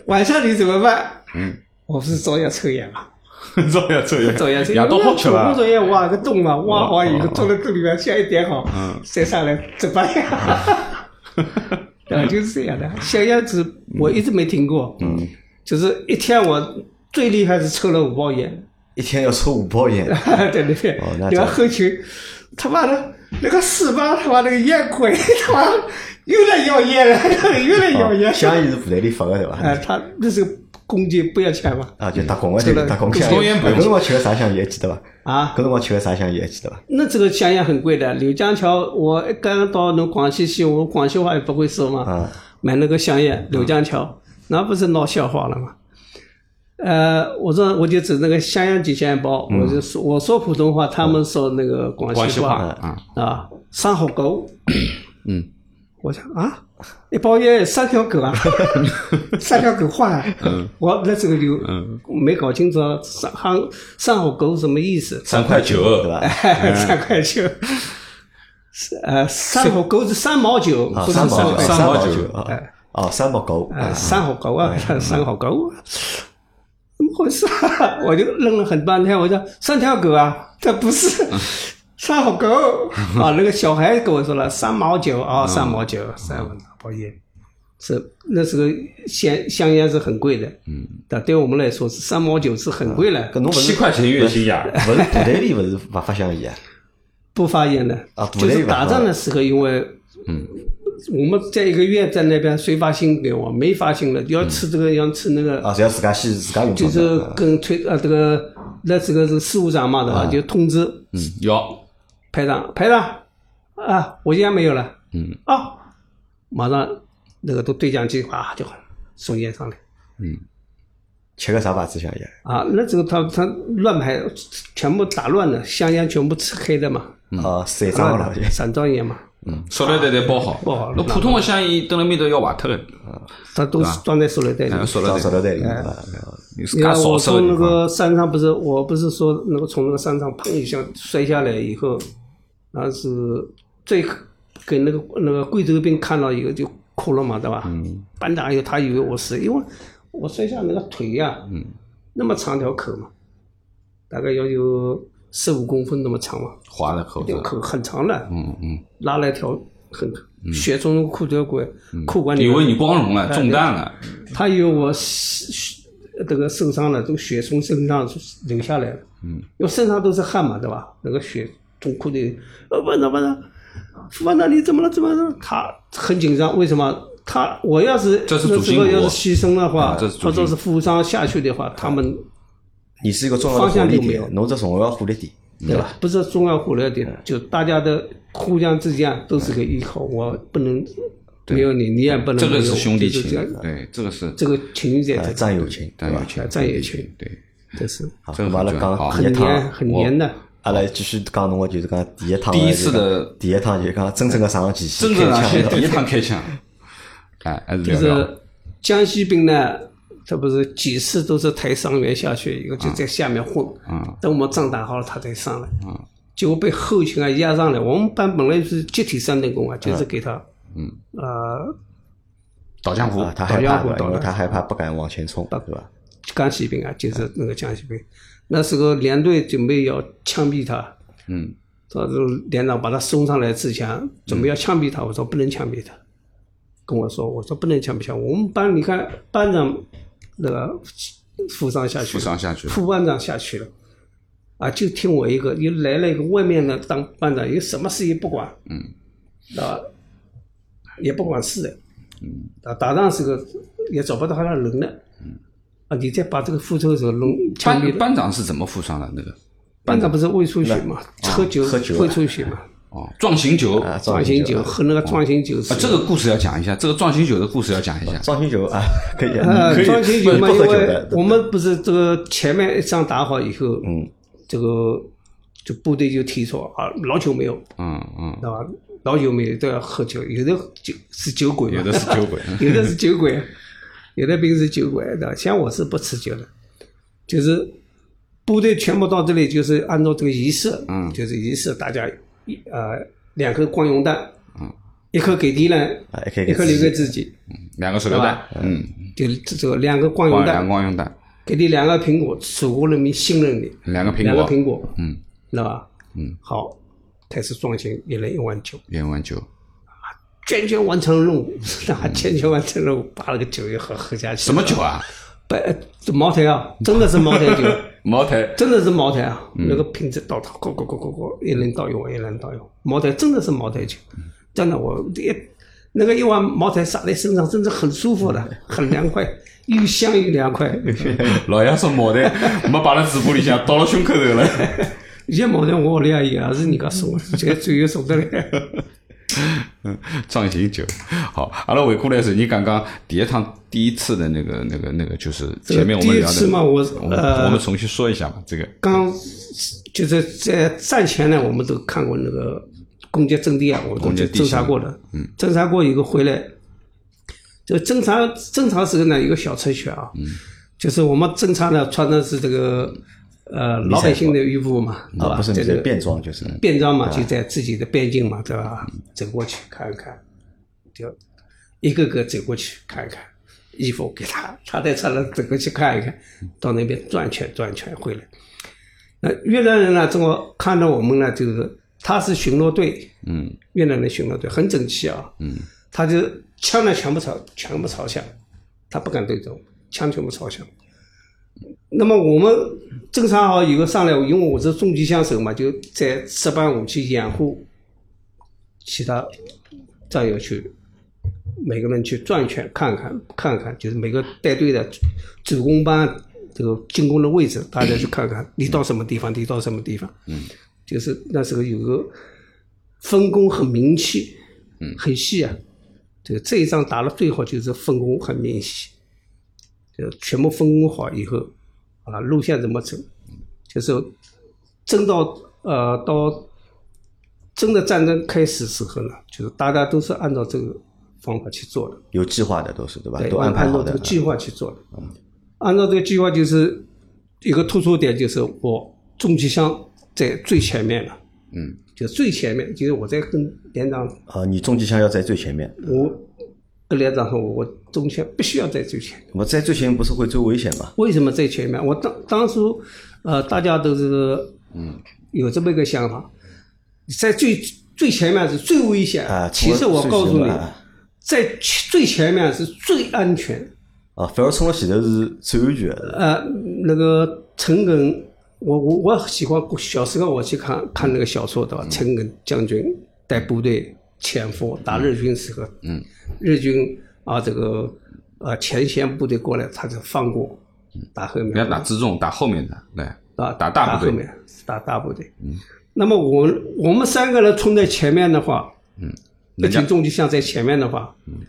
晚上你怎么办？嗯，我不是照样抽烟啊嘛，
照样照样
照样抽烟。
夜到好吃
因为我
伐
工？作烟挖个洞啊嘛，挖好以后
哦
装在洞里面，下一点好，
嗯
再上来怎么 样？对吧？就是这样的。香烟是我一直没停过，嗯，就是一天我最厉害是抽了五包烟。
一天要抽五包烟，
在那边
哦那，
然后
这
后勤，他妈的那个四八他妈那个烟鬼， 他妈又来要烟了， 又来 要烟。
哦香烟是部队里发的对
哎
伐？，
他那时候公鸡不要钱嘛，
啊，就打工的对
抽了
打工
抽
香
烟不
哎
用
搿辰光吃个啥香烟还记得伐？
啊
搿辰光吃个啥香烟还记得伐？
那这个香烟很贵的。柳江桥，我刚刚到侬广西去，我广西话也不会说嘛，
啊
买那个香烟，柳江桥，那不是闹笑话了吗？呃，我说我就指那个香烟几千一包，我就说我说普通话，他们说那个广
广西
西
话
话
啊，
啊，三好狗。嗯，我想啊，一包烟三条狗啊，三条狗换啊。嗯，我那时候就没搞清楚啊三好三好狗什么意思。
三块九
对伐？
哎 三块九，是嗯呃，三好狗是三毛九，
啊，
不是
三毛九，哎
三
三哎
三
毛
九
九
啊，哦，三毛狗
呃，三好狗啊，
嗯
三好狗，
嗯
怎么回事啊？我就愣了很半天，我说三条狗啊，这不是。三号狗啊，那个小孩跟我说了三毛九
嗯
啊，三毛九，三包烟，是那时候香香烟是很贵的，嗯，但对我们来说是三毛九是很贵了，
搿侬勿
七
是
块钱月薪呀，
勿是部队里勿是勿发香烟啊？
不发烟的
啊不
就
累
是
吧
打仗的时候，因为嗯，我们在一个月在那边谁发薪给我，没发薪了，要吃这个要吃那个，
啊，侪要自家先自家用
就
钞
是
票。
跟推啊这个那这个是事务长嘛对
啊
吧？就通知
嗯，要
排长排长啊，我烟没有了，嗯啊，马上那个都对讲机哗就送烟上来
吃个啥牌子香烟？
啊，那这个他他乱排全部打乱了，香烟全部吃黑的嘛，
啊，散装了，
散装烟嘛，
塑料袋袋包好，
嗯包好
那普通的香烟蹲辣面头要坏脱的，
他都是装在塑料袋里
哎，。塑
装
料袋
塑料袋里面啊。
你自
你
家
看
少收
我从
的
那
地方，
个山上不是，我不是说那个从那个山上砰一下摔下来以后，然后是最给那个那个贵州兵看到以后就哭了嘛，对吧？
嗯
班长以后他以为我是因为我摔下那个腿呀、
嗯
那么长条口嘛，大概要有十五公分那么长嘛，
划了口子
那个，口很长的，嗯嗯，拉了一条很血从那个裤脚管裤管
嗯
里
以
面
为你光荣
哎
了，中弹了，
他以为我是是这个受伤了，这个血从身上流下来了。嗯，因为身上都是汗嘛，对吧？那个血从裤里，呃，班长，班长，副班长，你怎么了？怎么了？他很紧张，为什么？他我要是
这是主
那
心
时
骨
候要是牺牲的话，
啊这是主心
或者是负伤下去的话，他们
你是一个重要的火力点，侬只重要火力点，
嗯
对伐？
不是重要忽略
嗯
点，就大家的互相之间都是个依靠，我不能没有你，你也不能
这个
没有
是
我
兄弟
就是
情
这样，
对，这个是
这个情谊在
哎
这，
战友情，对
战
伐
友？情，
战友情，
对，
这是
好，
这
咁
个
阿拉
很重要
讲
好
第
很
一
黏
趟，
很黏的。
阿拉继续讲侬个就是讲第一趟的
第一次的
就是讲第一趟就是讲真正的上前线
真正
开枪
上去
的
第一趟开枪，哎，还是
就
聊聊
是江西兵呢，他不是几次都是抬伤员下去，一个就在下面混，
嗯
等我们仗打好了，他才上来，结果被后勤啊压上来。我们班本来是集体三等功啊，就是给他，嗯，呃，
倒江湖
啊，他害怕
倒江湖
的，因
倒
为
江
他害怕不敢往前冲，对伐？
江西兵啊，就是那个江西兵，那时候连队准备要枪毙他，
嗯，
到时候连长把他送上来之前，准备要枪毙他，我说不能枪毙他，跟我说，我说不能枪毙他，我们班你看班长那个负伤下去
负
了，
伤下去了，
副班长下去了，啊，就听我一个，又来了一个外面的当班长，有什么事也不管，嗯，啊，也不管事的，嗯，啊，打仗时候也找不到他的人了，嗯，啊，你再把这个复仇者弄枪
班
毙了，
班长是怎么负伤的那个？
班长不是胃出血嘛，喝酒
喝酒啊
胃出血嘛，
哦，壮行酒
啊，
啊，
壮
壮
行
行酒喝那个壮行酒是
这个故事要讲一下，这个壮行酒的故事要讲一下。
装星球啊， 可以啊，
呃
可，以
装修酒
不
嘛，
不
因
喝酒
为
的，
我们不是这个前面一仗打好以后，嗯，这个就部队就提出啊，老久没有，
嗯嗯，
对吧？老久没有都要喝酒，有的酒是酒鬼嘛，
有的是酒鬼， 嗯
有的是酒鬼，有的兵是酒鬼，对吧？像我是不吃酒的，就是部队全部到这里，就是按照这个仪式，嗯，就是仪式，大家一呃两颗光荣弹，嗯，一颗给敌人，
啊，也可以
一颗
自
留
己
给自己，
两个手榴弹，嗯，
就是这这个两个光
光
荣
两
弹，
光用弹，
给你两个苹果，祖国人民信任你，
两个苹
两个
果，
苹果，
嗯，
知道吧？嗯，好，开始壮行，一人一碗酒。
烟丸酒，
坚决完成任务，啊，坚决完成任务，把那个酒也喝喝下去。
什么酒？啊？
白这茅台啊，真的是茅台酒，
茅台，
真的是茅台啊！
嗯
那个瓶子倒倒，咕咕咕咕咕，一人倒一碗，一人倒一碗。茅台真的是茅台酒，真的我一那个一碗茅台洒在身上，真的很舒服
嗯
的，很凉快，又香又凉快。
老爷说茅 台没摆辣嘴巴里向，倒了胸口头了。
现在茅台我屋里也有，也是人家送的，这个最有送的嘞。
壮行酒，好，阿拉回过来是你刚刚第一趟第一次的那个那个那个，就是前面我们
第一
聊的
次，嘛，我
我们
呃
我们重新说一下嘛，这个
刚就是在战前呢，我们都看过那个攻坚阵地啊，我都
攻坚地
侦察
形
过的。嗯，侦察过一个回来，就侦察侦察时候呢，有个小程序啊，嗯，就是我们侦察呢穿的是这个呃老百姓的衣服嘛，对吧？
啊，不是你
这
的
个
变装就是
便装嘛，就在自己的边境嘛，对吧？走过去看一看，就一个个走过去看一看，衣服给他，他再穿了走过去看一看，到那边转圈转圈回来。那越南人呢，这么看到我们呢，就是他是巡逻队，嗯，越南的巡逻队很整齐啊，嗯，他就枪呢全部朝全部朝向，他不敢对准，枪全部朝向。那么我们正常好以后上来，因为我是重机枪手嘛，就在这班武器掩护其他战友去，每个人去转一圈看看看看，就是每个带队的主攻班这个进攻的位置，大家去看看，你到什么地方，你到什么地方，嗯，就是那时候有个分工很明细，嗯，很细啊，这个这一仗打的最好就是分工很明细。就全部分工好以后，啊，路线怎么走，就是真到呃到真的战争开始时候呢，就是大家都是按照这个方法去做的，
有计划的都是对吧？
对，
都
按
排好
照
的嗯
这个计划去做的。按照这个计划，就是一个突出点，就是我重机枪在最前面了，嗯，就最前面，就是我在跟连长，
啊，你重机枪要在最前面，
我跟连长说，我中枪必须要在最前面。
那么在最前面不是会最危险吗？
为什么在前面？我当当初，呃，大家都是嗯有这么一个想法，在最最前面是最危险
啊
其实我
最
告诉
最前
你
面啊，
在最前面是最安全。
啊，反而冲到前头是最安全的。
呃，那个陈赓，我我我喜欢小时候我去看看那个小说，对吧？陈赓将军带部队潜伏打日军时候，嗯，日军啊这个呃前线部队过来，他就放过打后面
你。要打辎重，打后面的，对，
啊，
打大部
后
队，
面，打大部队。嗯，那么我我们三个人冲在前面的话，嗯，一
人家
群重机枪在前面的话，嗯，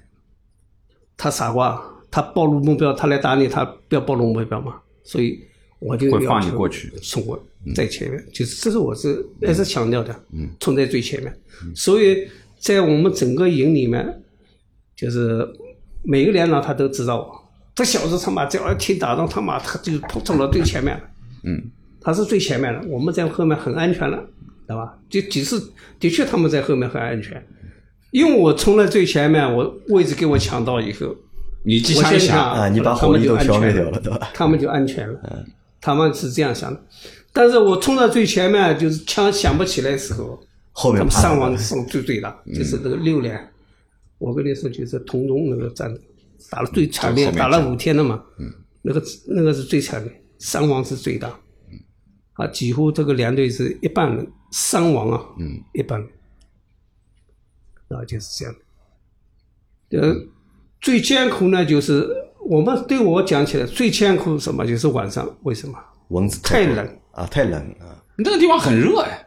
他傻瓜，他暴露目标，他来打你，他不要暴露目标嘛，所以我就
会
要
放你
求
过去嗯
冲过在前面，就是这是我是一直强调的，嗯，冲在最前面，
嗯
所以在我们整个营里面，就是每个连长他都知道我，这小子他妈只要一听打仗，他妈他就跑到了最前面了。
嗯
他是最前面的，我们在后面很安全了，对吧？就几次的确他们在后面很安全，因为我冲了最前面，我位置给我抢到以后，
你机
我
枪一
先
响，
啊，你把
他
火
们
力
就
都
安
消灭
全
掉
了，
了，对吧？嗯
他们就安全了，他们是这样想的。但是我冲到最前面，就是枪响不起来的时候，
后面
他们
怕
伤
了
亡伤最最大，就是那个六连。我跟你说，就是同中那个战斗打了最惨烈
就，后面
打了五天了嘛。那个那个是最惨烈，伤亡是最大。啊，几乎这个连队是一半人伤亡啊，嗯，一半人。啊，就是这样。呃，最艰苦呢，就是我们对我讲起来最艰苦是什么？就是晚上，为什么？
蚊子
太
多
冷
啊，太冷啊，
那个地方很热哎，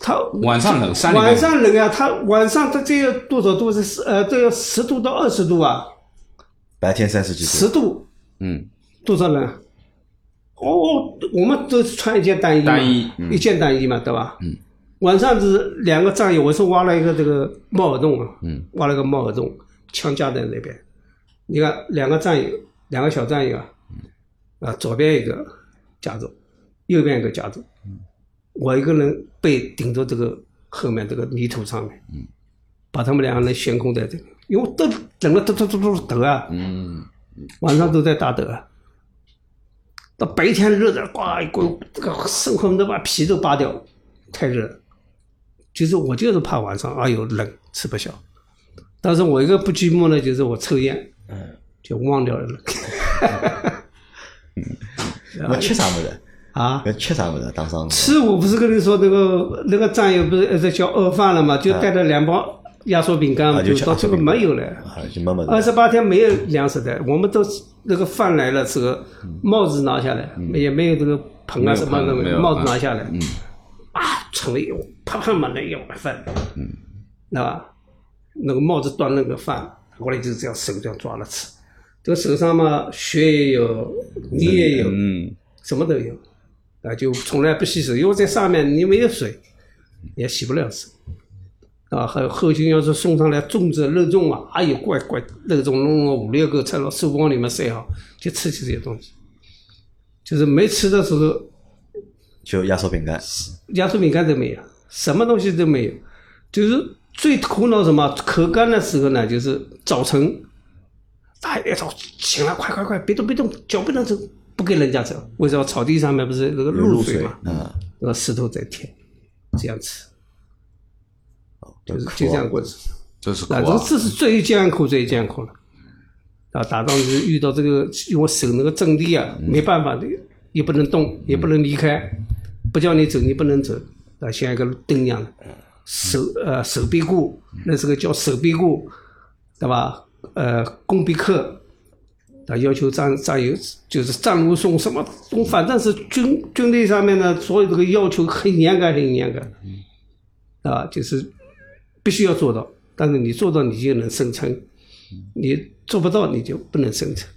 他
晚上冷，山里面
晚上冷啊，他晚上他这要多少度是呃，这要十度到二十度啊，
白天三十几度，
十度
嗯，
多少人啊？哦，哦我们都是穿一件单衣嘛，
单衣嗯
一件单衣嘛，对吧？嗯。晚上是两个战友，我是挖了一个这个帽耳洞啊，嗯，挖了个帽耳洞，枪架在那边。你看两个战友，两个小战友啊，啊，左边一个夹住，右边一个夹住，我一个人被顶到这个后面这个泥土上面，嗯，把他们两个人悬空在这里，因为都整个都都都都抖啊，嗯，晚上都在打抖啊。到白天热的，呱一股这个身上都把皮都扒掉，太热了。就是我就是怕晚上，哎呦冷吃不消。但是我一个不寂寞呢，就是我抽烟，嗯，就忘掉了冷
那吃啥么子？
啊。
那吃啥么子？当上
吃我不是跟你说那个那个战友不是呃在叫饿饭了嘛，就带了两包压缩饼干嘛，
啊就
就
吃
到最后没有了。
啊，就没么
二
子。
十八天没有粮食的，我们都是那个饭来了，这个帽子拿下来，也没有这个盆
没
啊
有
什么
盆没
的，
有嗯
帽子拿下来，啊，盛了一碗啪啪满了一碗饭，嗯，对吧？那个帽子端那个饭，过来就是这样手这样抓了吃，这个手上嘛血也有，泥也有，
嗯，
什么都有，啊，就从来不洗手，因为在上面你没有水，也洗不了手。啊，还有后勤要是送上来粽子、肉粽啊，哎呦，怪怪肉粽弄了五六个，才到收包里面塞好，就吃起这些东西。就是没吃的时候，
就压缩饼干，
压缩饼干都没有，什么东西都没有，就是最苦恼什么？口干的时候呢，就是早晨，大家一早醒了，快快快，别动别动，脚不能走，不给人家走。为什么草地上面不是那个
有露
水嘛？嗯
啊，
那个石头在舔，这样吃。就是就这样过日子。
真是苦
那
啊！
这这是最艰苦最艰苦了。啊，打仗是遇到这个，因为守那个阵地啊，
嗯
没办法的，也不能动，也不能离开，不叫你走你不能走，啊，像一个灯一样的，
嗯
守呃守备固，那时候叫守备固，对吧？呃，攻必克，啊，要求战战友就是战如送什么，反正是军军队上面呢，所有这个要求很严格，很严
嗯
格，啊，就是必须要做到。但是你做到，你就能生存；你做不到，你就不能生存。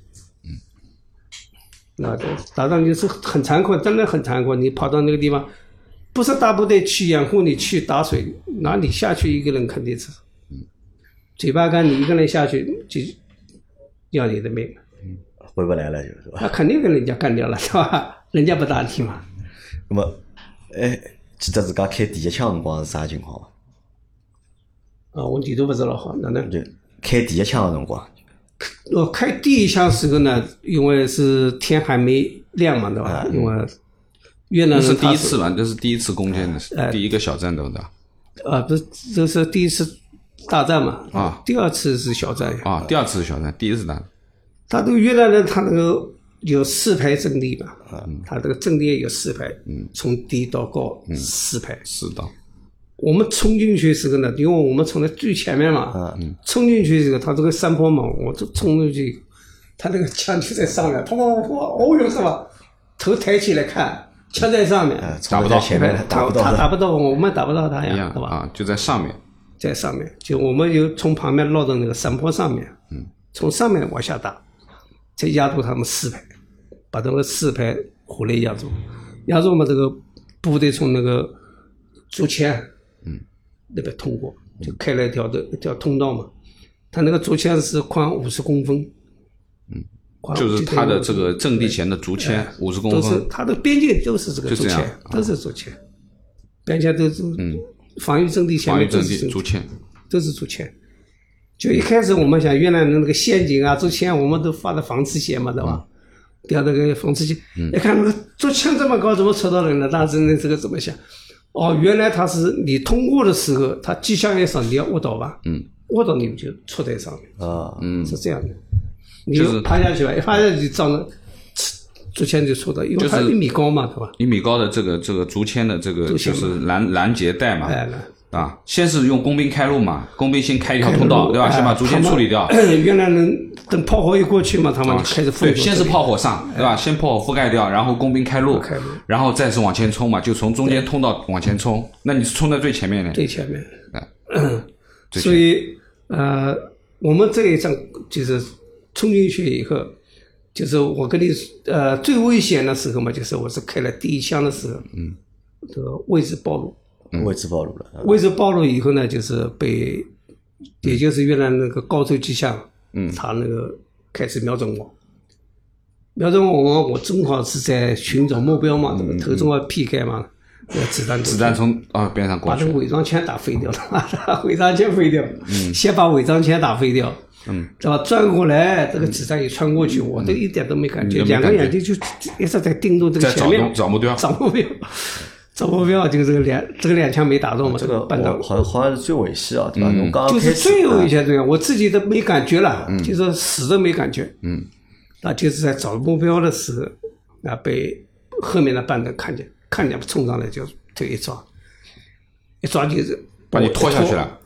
那打仗就是很残酷，真的很残酷。你跑到那个地方，不是大部队去掩护你去打水，那你下去一个人肯定是，嘴巴干你一个人下去就要你的命。
回不来了，就是吧？
那肯定跟人家干掉了，是吧？人家不打你嘛。
那么，哎，记得自家开第一枪辰光是啥情况伐？
啊，我地图不是老好，哪能？
就开第一枪个辰光，
我哦开第一枪时候呢，因为是天还没亮嘛，对吧？因为越南
这啊
人
是第
他哎
一次吧？这是第一次攻坚的，第一个小战斗的
啊，不是，这是第一次大战嘛，
啊，
第二次是小战呀。
啊，第二次小战，第一次打
他这个越南人，他那个有四排阵地嘛，
嗯
他这个阵地有四排，从低到高四排。
四刀，
我们冲进去时候呢，因为我们从那最前面嘛，冲进去时候，他这个山坡嘛，我就冲出去，他那个枪就在上面，砰砰砰砰，哦哟是吧？头抬起来看，枪在上面，
打不到
啊冲在前面打不到
他
的，
打不到我，我们打不到他
一样
哎呀，对吧？
啊，就在上面，
在上面，就我们就从旁边绕到那个山坡上面，嗯，从上面往下打，再压住他们四排，把这个四排火力压住，压住嘛，这个部队从那个竹签，嗯，那边通过，
嗯
就开了一条的一条通道嘛，它那个竹签是宽五十公分，嗯，宽
就是他的这
个。
个阵地前的竹签五十公
哎都是
分，
它的边界都是这个
就
竹
这样啊嗯
签，都是竹签，边界都是防御阵地前
防御
面都
阵
是
地
竹
竹签，
都是竹签。就一开始我们想越南的那个陷阱啊，竹签我们都发的防刺线嘛，对
嗯
吧？掉那个防刺线，一看那个竹签这么高，怎么戳到人了？当时那这个怎么想？哦，原来他是你通过的时候，他机枪也少，你要卧倒吧？嗯，卧倒你们就戳在上面，
啊，
是这样的。
嗯
你
就是
就趴下去吧，一趴下去照着竹签就戳到，因为它
就是
一米高嘛，对吧？
一米高的这个这个竹签的这个就是拦拦截带嘛，
哎，来
啊，先是用工兵开路嘛，工兵先开一条通
哎
道，对吧？先把竹签处理掉，。啊
越南人等炮火一过去嘛，他们就开
对，
始疯。
先是炮火上，对吧？先炮火覆盖掉，然后工兵开路
哎开路，
然后再是往前冲嘛，就从中间通道往前冲。那你是冲在最前面呢？
最前面。
最
所以呃，我们这一仗就是冲进去以后，就是我跟你呃最危险的时候嘛，就是我是开了第一枪的时候，嗯，这个位置暴露，
位置暴露了，啊
位置暴露以后呢，就是被，也就是越南那个高州机枪，嗯，他那个开始瞄准我，瞄准我，我正好是在寻找目标嘛，这个头中要劈开嘛，这个子弹
子弹从啊边上过
把这
去
个，伪装枪打飞掉了， 伪装枪飞掉，
嗯
先把伪装枪打飞掉，嗯，对吧？转过来，这个子弹也穿过去，我都一点都没感觉，
嗯你都没
两
感
个
觉
眼睛就一直在盯住这
再
个
找
前面
目，找目标。
找目标，找目标，就这个两这个两枪没打中嘛，
这个
扳倒
我好像好像是最危险啊，对
嗯
吧？侬刚刚
就
开始
是
啊
最
啊
后一下这样，我自己都没感觉了，就是死都没感觉。
嗯，
那就是在找目标的时候，啊，被后面的班长看见，看见冲上来就就一抓，一抓就是
把你拖下去。了，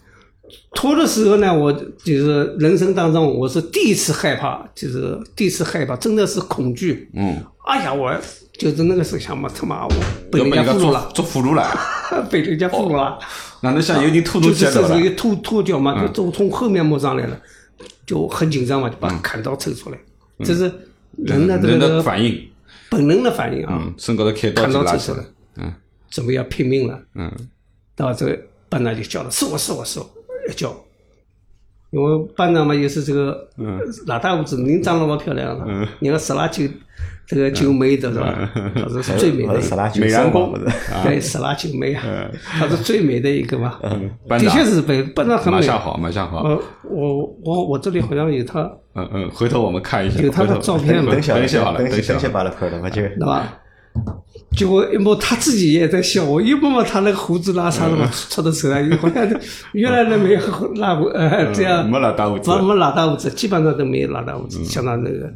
拖的时候呢，我就是人生当中我是第一次害怕，就是第一次害怕，真的是恐惧。嗯，哎呀，我就是那个时候想嘛，他妈我被
要
人
被
家
人家
俘虏
做
了，
做俘哦虏了，
被人家俘虏了。
哪能像有人偷偷
就是
接走
这时
了嗯
候？一脱脱掉嘛，就从从后面摸上来了，就很紧张嘛，就把砍刀抽出来，这是人的这
嗯人的
个
反应，
本能的反应啊，
嗯，身高头开刀
砍
就
刀
拉
抽
起
出
来
来，，
嗯
准备要拼命了。
嗯，
到这个班长就叫了，是我是我是我，一叫，因为班长嘛也是这个
嗯
老大胡子，您长那么漂亮了，你看死拉九这个九妹的是吧？
嗯
他是最美
我
的
是
一
十
个，
拉九
美
三嘛，
人弓
不是？
对，死拉九妹啊，
嗯
他是最美的一个嘛，
班
的
长
确是美，班长很
马
美。
下好，马下好，
呃，我我我这里好像有他，
嗯嗯，回头我们看一下，
有他的
回头
照片
等
吗
等
一下
下
等一下好了，
等
一下
嗯
等，下把拉快了，我就
对吧？结果一摸他自己也在笑，我一摸摸他那个胡子拉碴了嘛，
嗯
搓到手上，好像原来那没有拉胡，呃，
嗯
这样
没拉大胡子
没没拉大胡子，基本上都没有拉大胡
嗯
子，相当那个，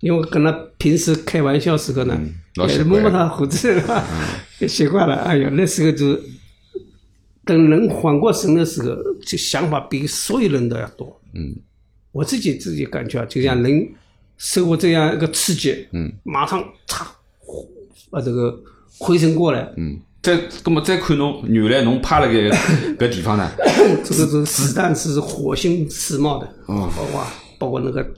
因为跟他平时开玩笑时候呢，
嗯
哎
老习惯嗯
摸摸他胡子是吧，也 习惯了，哎呦，那时候就等人缓过神的时候，就想法比所有人都要多，嗯，我自己自己感觉啊，就像人受过这样一个刺激，嗯，马上嚓。把这个回神过来，
嗯，再，葛么再看侬原来侬趴辣盖 搿地方呢，
这个是子弹是火星时髦的，哦，包括包括那个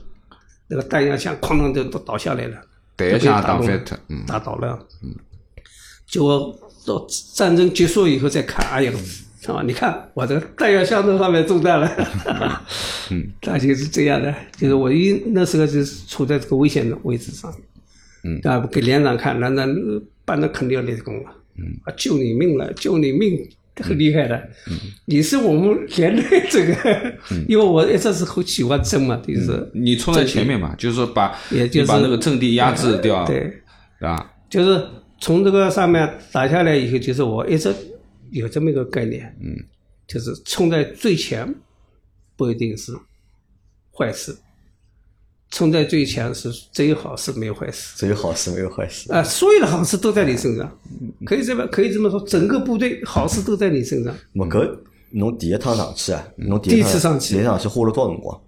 那个弹药箱哐当就倒倒下来了，
弹药箱打翻脱，
嗯，打倒了，嗯，结果到战争结束以后再看，哎呀，啊，你看我这个弹药箱都上面中弹了，嗯， 大概是这样的，就是我一那时候就是处在这个危险的位置上，嗯，啊，给连长看，连长呃班长肯定要立功了，嗯，啊，救你命了，救你命，很厉害的，嗯，你是我们连队这个，因为我一直是很喜欢争嘛，就是
你冲在前面嘛，就是说把
也就是
你把那个阵地压制
啊
掉，
对
对吧？
就是从这个上面打下来以后，就是我一直有这么一个概念，嗯，就是冲在最前不一定是坏事，冲在最前是只有好事没有坏事。
只有好事没有坏事。
啊，所有的好事都在你身上，可以这么可以这么说，整个部队好事都在你身上。
嗯
我搿侬第一趟上去啊，侬
第
一
一次上去
去，第一趟上去花了多少辰光？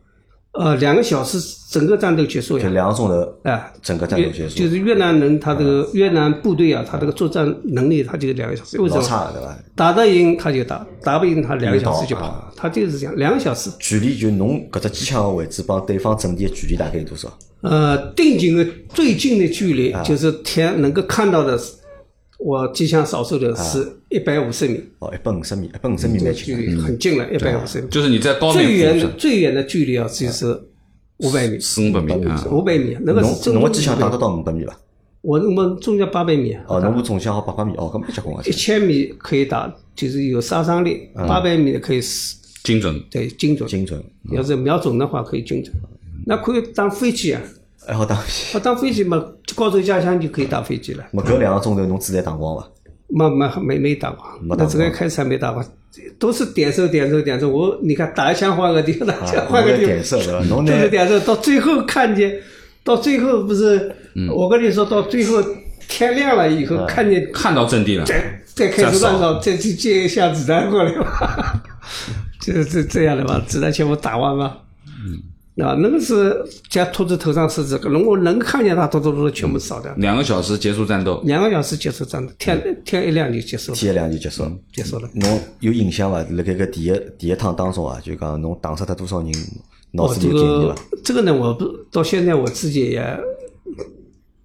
呃，两个小时整个战斗结束
就
呀，
两个钟头
啊，
整个战
越
斗结束
就，是越南人他这个越南部队啊，他这个作战能力他就两个小时，为什
老
么？
差了对伐？
打得赢他就打，打不赢他两个小时就
就
跑
跑，
他就是这样，两个小时。
距离就侬搿只机枪个位置帮对方阵地的距离大概有多少？
呃，定睛的最近的距离
啊
就是天能够看到的是，我机枪扫射
啊
的是一百五十米，
哦，一百五十米，一百五十米蛮
距
近。
离很近了，一
啊
百五十米。
就是你在高
最
面
远
附近
的最远的距离啊，就是五百米，
四五百米啊，
五百米，那个是
侬
中
侬个
国
机枪打得到五百米伐？
我我们中间八百米，啊
哦，侬部总枪好八百米，哦，搿蛮结棍个
一。千米可以打，就是有杀伤力，八百米可以死
精准。
对精准，
啊精准，嗯
要是瞄准的话可以精准，那可以当飞机啊，
还哎好打。
那当飞机嘛，高速加枪就可以打飞机了。
没搿两个钟头侬子弹打光伐？
没没没没打过，
没打过
那这个开始还没打过，都是点射点射点射。我你看打一枪换个地方，打一枪换个
侬在啊
地方，
点射对吧侬
就
在
是点射，到最后看见，到最后不是，
嗯
我跟你说，到最后天亮了以
啊
后，看见
看到阵地了，
再再开始乱扫，再去借一下子弹过来吧，就是 这这样的吧，子弹全部打完吧。嗯，啊，那个是加兔子头上狮子，可能我能看见他嘟嘟嘟全部扫掉，
两个小时结束战斗，
两个小时结束战斗，天天一亮就结束了，
天一亮就结束。
结束了。
侬有印象伐？辣盖搿第一第一趟当中啊，就讲侬打杀脱多少人，脑
哦，
子里
这
有经验
个
伐？
这个呢，我不到现在我自己也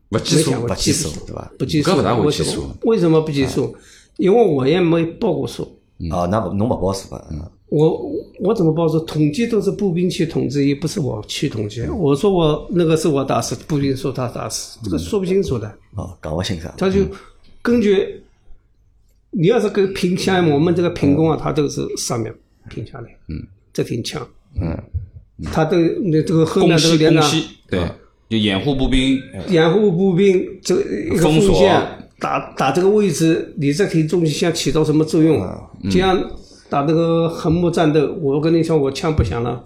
不计
没
数
想，过
不计
数
数，对伐？
不计
搿
数
不大，会
为
计
什么
数
为什么不计数？因为我也没报过数，
啊，那勿侬勿报数伐？嗯
我我怎么报数？统计都是步兵去统计，也不是我去统计。我说我那个是我打死，步兵说他打死，这个说不清楚的。
哦，讲勿清爽。
他就根据你要是跟评像我们这个评工啊，他都是上面评下来，嗯，这挺强，嗯，他都那这个后
攻
面
西
这个啊哎连
攻
长。
西，对，就掩护步兵，
掩护步兵这个一个
封
锋
锁
线打打这个位置，你这挺重心像起到什么作用？就像打那个横木战斗，我跟你说，我枪不响了，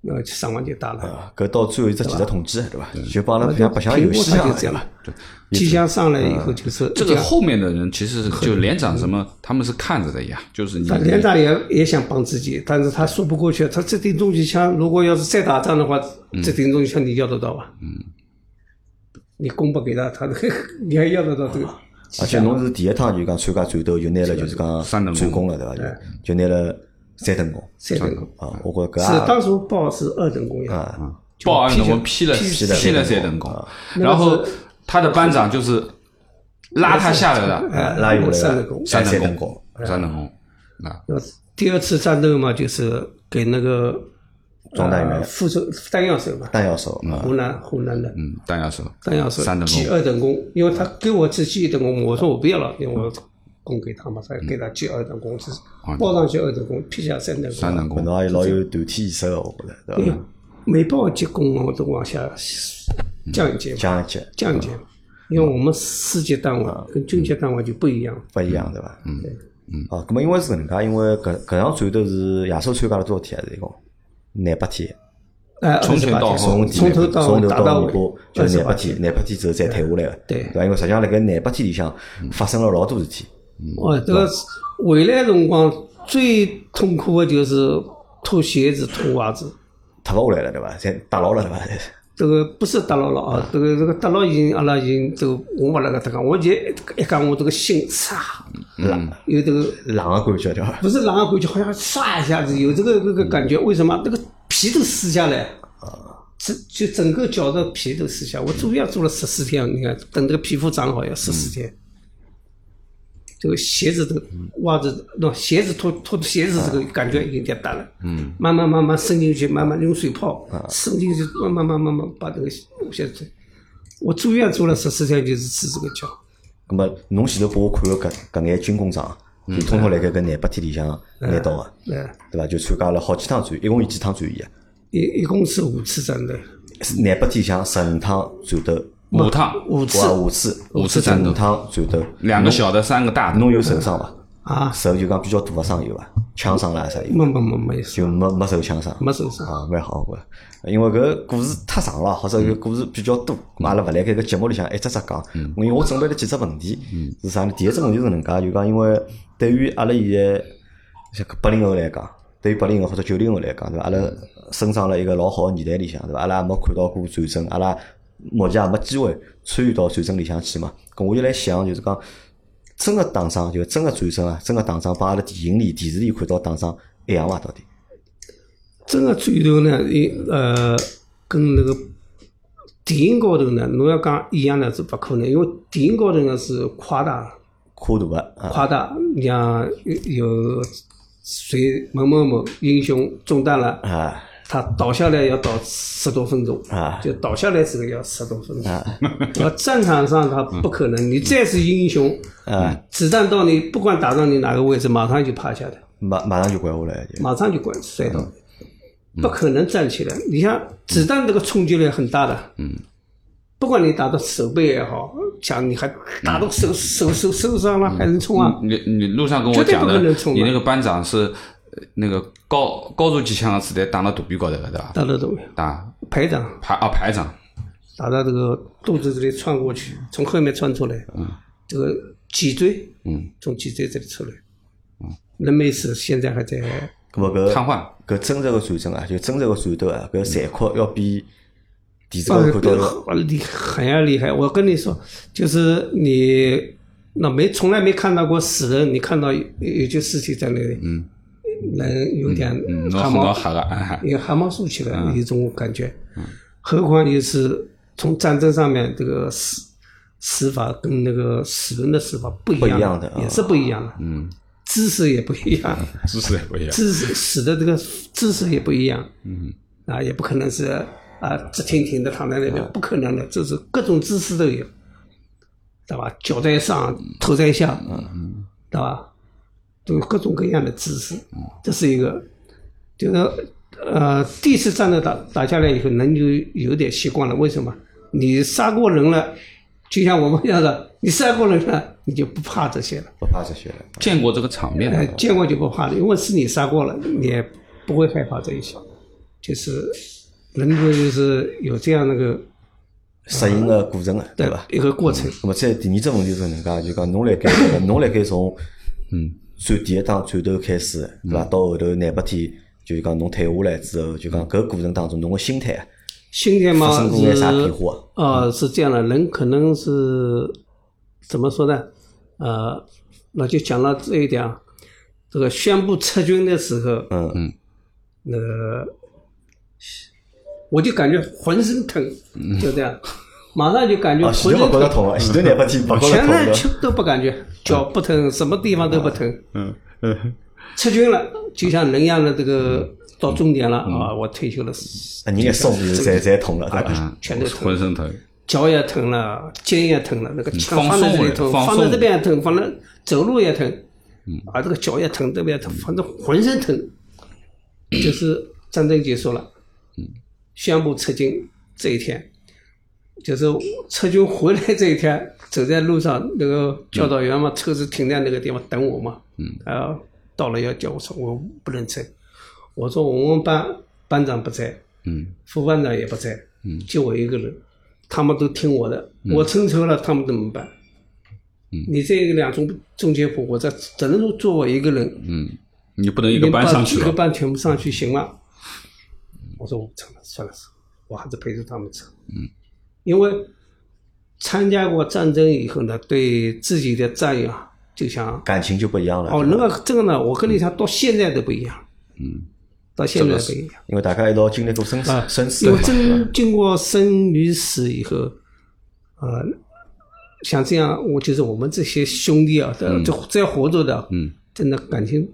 那就上完就打了。
啊搿到最后一只技术统计，对伐？就帮了像白相
评
游
估
戏啊一
它
样
就这样。机枪上来以后就是
这
这
个
样
后面的人其实就连长
嗯
什么，他们是看着的呀，就是你
他连长也也想帮自己，但是他说不过去。他这挺重机枪，如果要是再打仗的话，
嗯
这挺重机枪你要得到吧？嗯，你供不给他，他你还要得到这
啊
个？
而且侬是第一趟就讲参加战斗，就拿了就是讲
三等功
战功了，对伐？就就拿了三等功
三等功
啊！我觉
是
搿
当初报是二等功呀。
啊啊，
报案我们批了
批
了
批了
批
三
了
等功，
啊个
然后他的班长就是拉他下来
哎
的，
啊拉下来了
三等功
三
三
等
等功，
三等功，啊，
那第二次战斗嘛，就是给那个
装弹员
呃副手弹药手嘛，
弹药手啊，
湖南湖南的
嗯，弹药手，
弹药手
三等
记
功，
二等功，因为他给我只记一等功，我说我不要了，因为我供给他嘛，他给他记二等功，就是报上去二等功，批下三等哎功，
三等功
搿。侬也老有团体意识个，我觉着对
因为
伐？
每报一级功，我都往下降一级嘛，
讲一节
降一级。因为我们师级单位跟军级单位就不一样。
不一样对伐？嗯嗯。哦，咁么因为是搿能介，因为搿搿场战斗是亚洲参加了多少天啊？是一共廿八天。
哎，
从前到后
从
从头到
从
尾
头
打
到
到
尾巴
尾，
就是廿
28
八天，廿八天之后再退下来个，
对
伐？因为实际上辣搿廿八天里向发生了老多事体，
哦，这个是回来辰光最痛苦的就是脱鞋子、脱袜子，
脱勿下来了对伐？侪打牢了对伐？
这个不是得牢了啊，这个这个得牢已经阿拉已经这个我勿辣搿搭讲，我现在一讲我这个心唰，有这个
冷个感觉对 伐？
不是冷的感觉，好像唰一下子有这个这个感觉，为什么？那个皮都撕下来。这就整个脚的皮都撕下，我主要做了十四天，你看，等这个皮肤长好要十四天。这个鞋子的袜子，那鞋子脱脱鞋子这个感觉有点大了。嗯。慢慢慢慢伸进去，慢慢用水泡伸进去，慢慢慢慢慢把这个鞋子。我住院做了十四天，就是治这个脚。
咁么侬前头拨我看个搿搿眼军工厂，就通通辣盖搿廿八天里向拿到个，
哎，
对伐？就参加了好几趟战，一共有几趟战役啊？
一一共是五次战斗，
廿八天里向十五趟战斗，
五趟
五次
哇，五次，
五次战斗
五趟战斗，
两个小的，三个大的，
侬有受伤伐？
啊，
受就讲比较大个伤有伐？枪伤啦啥有伐？
没没没没有事，
就没没受枪伤。
没受伤。
啊，蛮好个，因为搿故事太长了，或者搿故事比较多，咁阿拉勿辣盖搿节目里向一只只讲。因为我准备了几只问题，是啥呢？第一只问题是搿能介，就讲因为对于阿拉现在像八零后来讲，对于八零后或者九零后来讲，对伐？阿拉生长辣一个老好个年代里向，对伐？阿拉也没看到过战争，阿拉目前也没机会参与到战争里向去嘛。咁我就来想，就是讲。真个打仗就真个战争啊！真个打仗帮阿拉电影里、电视里看到打仗一样伐？到底？
真个最后呢，伊呃跟那个电影高头呢，侬要讲一样呢是不可能，因为电影高头呢是夸大
夸大个啊，
夸大，你像有有谁某某某英雄中弹了，
啊
他倒下来要倒十多分钟
啊
就倒下来这个要十多分钟。 而战场上他不可能，你再是英雄，
啊，
子弹到你不管打到你哪个位置，马上就趴下的。
马马上就关下来就，
马上就滚摔倒，不可能站起来。你像子弹这个冲击力很大的，嗯，不管你打到手背也好，像你还打到手手手手上了，还能冲啊？
你你路上跟我
绝对
讲
不
的
可能，冲
你
的
那个班长是呃那个高高速机枪的子弹打到肚皮高头的，对吧？
打到头，
打
排长
排啊排长，
打到这个肚子这里穿过去，从后面穿出来，嗯，这个脊椎，嗯，从脊椎这里出来，嗯，人没死，现在还在
咁么搿
瘫痪
搿真实个战争啊，就真实个战斗啊，搿残酷要比电视高
啊，
头看到的
厉很要厉害。啊我跟你说，就是你那没从来没看到过死人，你看到有有具尸体在那里，嗯，人有点
嗯，侬
汗
很
呃毛
好，吓个，哎
有汗毛竖起来，有一种感觉。嗯何况也是从战争上面这个死死法跟那个死人的死法不一
不一样
样
的
也是不一样的，嗯，姿势也不一样。
姿势也不一样。
姿势使得这个姿势也不一样，嗯，啊，也不可能是啊直挺挺的躺在那边，不可能的，这是各种姿势都有，对吧？脚在上，头在下，嗯，对吧？都有各种各样的姿势，这是一个，就是呃，第一次战斗打打下来以后，人就有点习惯了。为什么？你杀过人了，就像我们一样的，你杀过人了，你就不怕这些了。
不怕这些了。
见过这个场面
呃
的，，
见过就不怕了，因为是你杀过了，你也不会害怕这一些。就是人格就是有这样那个
适应个过程啊，对嗯伐？
一个过程。
咁么再第二只问题是搿能介，就讲侬辣盖搿个侬辣盖从嗯战第一档战斗开始，对伐？到后头廿八天，就是讲侬退下来之后，就讲搿过程当中侬个心态啊
心态
发
嘛
生过眼啥变
是
化啊？
呃是这样的，人可能是怎么说呢？呃，那就讲到这一点啊。这个宣布撤军的时候，
嗯嗯
那个我就感觉浑身疼，就这样，马上就感
嗯
觉
啊，前头
浑身
勿觉
疼
得。痛啊，前头廿八天勿觉得
全
痛啊
然
的。
全都不感觉，脚不疼，什么地方都不疼。
嗯
撤军了，就像人一样的这个到终点了啊，我退休了，
啊，人一松就侪侪痛了，对伐？
嗯，
全都疼
浑身疼，
脚也疼了，肩也疼了，那个枪
嗯放
放
松
在这里
了嗯
疼，
放
放在
松
这边也疼，放在走路也疼，啊，这个脚也疼，这
嗯
边也疼，反正浑身疼，
嗯
就是战争结束了，宣布撤军这一天，就是撤军回来这一天，走在路上，那个教导员嘛，车子停在那个地方等我嘛。嗯。啊，到了要叫我说，我不能撤。我说我们班班长不在，
嗯
副班长也不在，嗯，就我一个人，他们都听我的，
嗯
我撑车了，他们怎么办？嗯，你这个两中中间部，我这只能说做我一个人，
嗯，你不能一个班上去
一个
了，
班全部上去行吗？我说我不成了，算了，我还是陪着他们成。嗯，因为参加过战争以后呢，对自己的战友啊，就
嗯
像
感情就不一样了。
哦，那个这个呢，我跟你讲，到现在都不一样。嗯，到现在不一样。
因为大家一道经历过生死、
啊
生死
因
嘛
为，真经过生与死以后，呃，像这样，我就是我们这些兄弟啊，这这这活着的，嗯，真的感情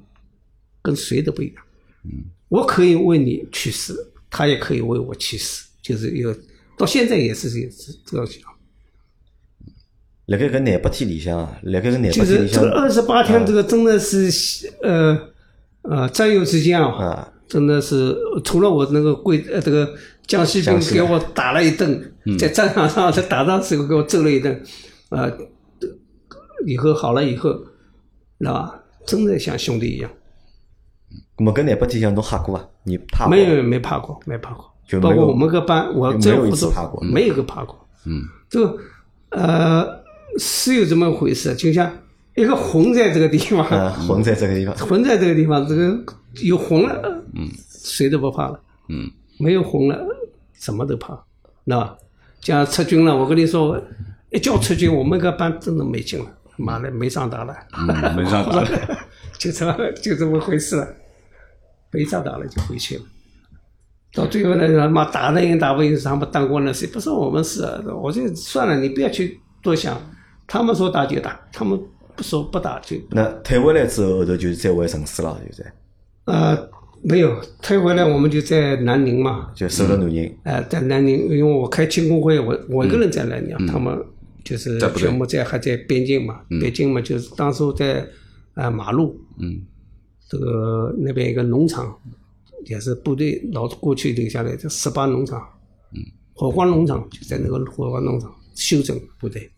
跟谁都不一样。嗯，我可以为你去死，他也可以为我去死，就是有到现在也是也是这样啊想。
辣盖搿廿八天里向，辣盖搿廿八
就
天
是
里
这
向
个二十八天，这个真的是呃呃战友之间啊，
啊，
真的是除了我那个贵呃这个江西兵
江西
给我打了一顿，
嗯
在战场上在打仗时候给我揍了一顿，呃，以后好了以后，知道吧？真的像兄弟一样，
葛末搿廿八天里向侬吓过伐？你怕过
没有没怕过，没怕过
就，没
包
有
括我们个班，我
就
这
没有一
胡
次
子
怕过
没有一个怕过，嗯，这个呃是有这么回事，就像一个魂在这个地方，
啊，混在这个地方，
魂在这个地方，这个有红了，嗯，谁都不怕了，
嗯，
没有红了，什么都怕，那吧？像撤军了，我跟你说，一叫撤军，我们个班真的没劲了，妈的，没上打了，
嗯，没上打 了，
就这么就这么回事了，没上打了就回去了。到最后呢，他妈打得赢打不赢，他们当官的谁不是我们事啊？我就算了，你不要去多想，他们说打就打，他们不说不打就
那退回来之后，后头就是再回城市了，就在
呃，没有退回来，我们就在南宁嘛。
就收了男人，
呃，在南宁，因为我开庆功会，我我一个人在南宁，他们就是
嗯在部队
全部在还在边境嘛，边境嘛，就是当时在呃马路，
嗯，
这个那边一个农场，也是部队老过去留下来的十八农场，嗯，火光农场就在那个火光农场休整部队。
嗯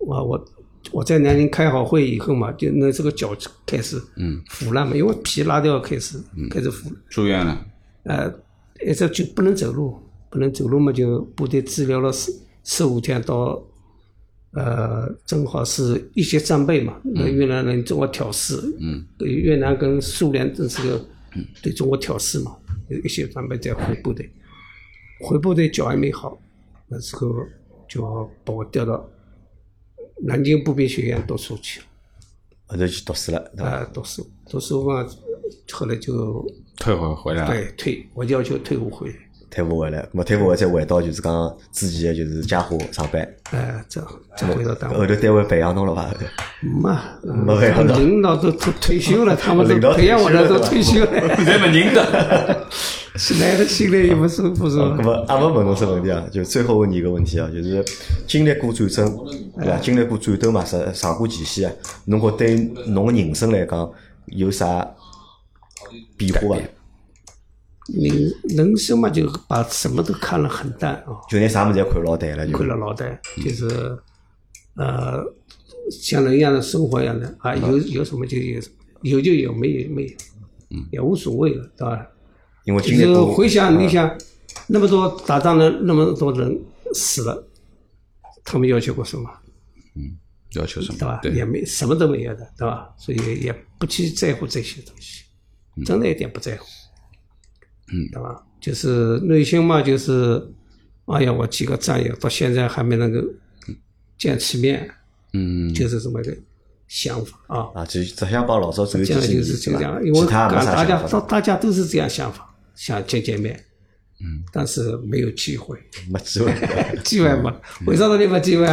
我我我在南宁开好会以后嘛，就那这个脚开始嗯腐烂嘛，因为皮拉掉开始、
嗯
开始腐，
住院了，
呃，一直就不能走路，不能走路嘛，就部队治疗了四四五天到，呃，正好是一级战备嘛，那越南人中国挑事，嗯，越南跟苏联这是个对中国挑事嘛，有一些战备在回部队，回部队脚还没好，那时候就把我调到南京步兵学院读书去了。
后头去读书了，对伐？
啊，读书读书嘛，后来就
退回回来了，
对退，我要求退伍回来。
退不回来，葛末退不回来再回到就是讲之前的就是家伙上班，
哎，这这回到单
后
位
头单位培养侬了伐？
嘛，
没有
呃领导都退退休了，他们
领导
都
退
培养我
休
的
了
都退休了，
人不认 得，
来的新的也不是不是
哦那么阿勿问侬只问题啊，就最后问你一个问题啊，就是经历过战争，对伐？经历过战斗嘛，上上过前线啊，侬觉得对侬个人生来讲有啥变化伐？啊
人人生嘛，就把什么都看了很淡啊，
就拿啥物事侪看老淡了，就
亏了脑袋，就是呃，像人一样的生活一样的啊，有有什么就有什么，有就有，没有没有，也无所谓了，对吧？
因为
就
经历
是
过
回想，你想那么多打仗的那么多人死了，他们要求过什么？
要求什
对吧
么？？
也
对，
没什么都没有的，对吧？所以也不去在乎这些东西，真的一点不在乎，嗯，对吧？就是内心嘛，就是，哎呀，我几个战友到现在还没能够见次面，
嗯，
就是这么一个想法啊。
啊，就只想帮老早走
这
进
样
去，
就是这
对
样
吧，
因为
其他也
大
没啥
大家
想
都
法，
大家都是这样想法，想见见面，嗯，但是没有 机会。
没机会。
机会嘛？
嗯
为啥子你没机会？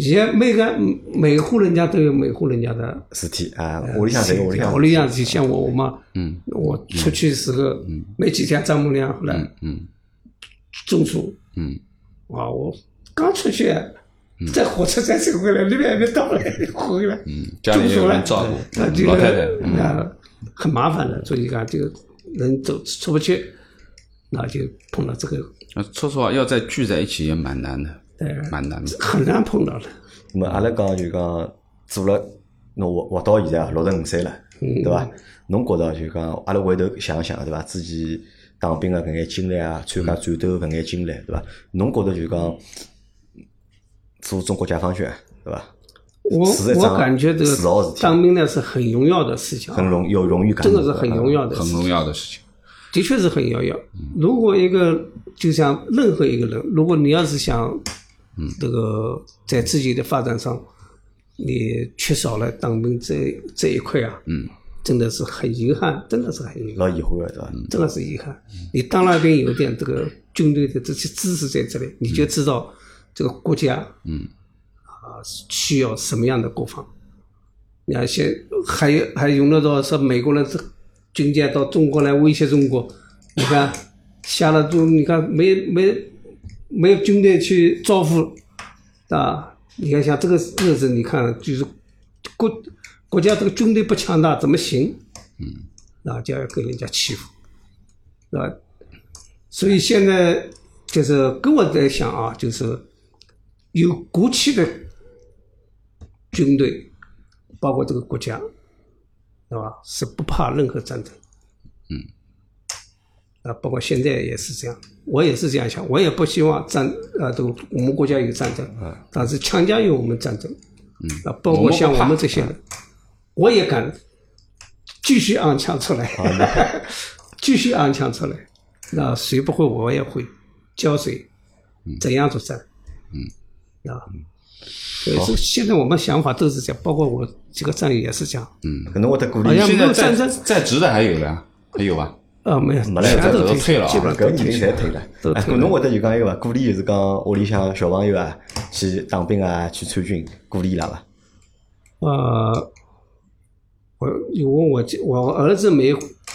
现在每个每户人家都有每户人家的
事体啊，屋里向侪有屋里向
呃我里向就像我我妈，嗯，我出去时候，
嗯
没几天丈母娘后来，嗯，中暑，
嗯，
啊，我刚出去，在火车站走回来，那边还没到嘞， 回来，嗯
家里有人照顾嗯
那这
老太太
个那很麻烦的，所以讲这个人走出不去，那就碰到这个哎
那说实话，要再聚在一起也蛮难的，蛮难的。
很难碰到的。
那啊么阿拉讲就讲做了，侬活活到现在啊，六十五岁了，
嗯
对伐？侬觉着就讲阿拉回头想想，对伐？自己当兵个搿眼经历啊，参
嗯
加战斗搿眼经历，对伐？侬觉着就讲做中国解放军，对伐？
我
是一桩
我感觉这
自豪事
个
体
当兵呢是很荣耀的事情啊，
很荣有荣誉感，
这个是很荣耀的事
很
情。
重要的事情。
的确是很遥遥。如果一个就像任何一个人，如果你要是想，嗯这个在自己的发展上，你缺少了当兵这这一块啊，嗯，真的是很遗憾，真的是很遗憾，
老遗憾个，对伐？
真的是遗憾。你当了兵有点这个军队的这些知识在这里，你就知道这个国家，嗯，啊，需要什么样的国防。你看现还有还用得到说美国人这军舰到中国来威胁中国？你看下了都你看没没没有军队去招呼啊？你看像这个日子，你看就是国国家这个军队不强大怎么行？嗯，啊就要给人家欺负，对吧？所以现在就是跟我在想啊，就是有骨气的军队，包括这个国家，对吧？是不怕任何战争。嗯。啊，包括现在也是这样，我也是这样想，我也不希望战啊，这个我们国家有战争，但是强加于我们战争，嗯，啊，
嗯
包
我们
括
不
像我
怕嗯
们这些人，我也敢继续昂腔出来，继续昂腔出来，那谁不会我也会，教谁怎样作战，嗯，啊。所以说，现在我们想法都是这样，包括我这个战友也是这样。
搿侬会得鼓励
好像
现
没
在
有
在
战争
在职的还有了，还有吧？
啊，没有，
没了
全
这
都
都退了啊
基本上
搿
都
年
退
纪侪退了。
都
哎，
退了
侬会得就讲一个伐？鼓励就是讲屋里向小朋友啊，去当兵啊，去参军，鼓励伊拉伐？
呃，我因为我这我儿子没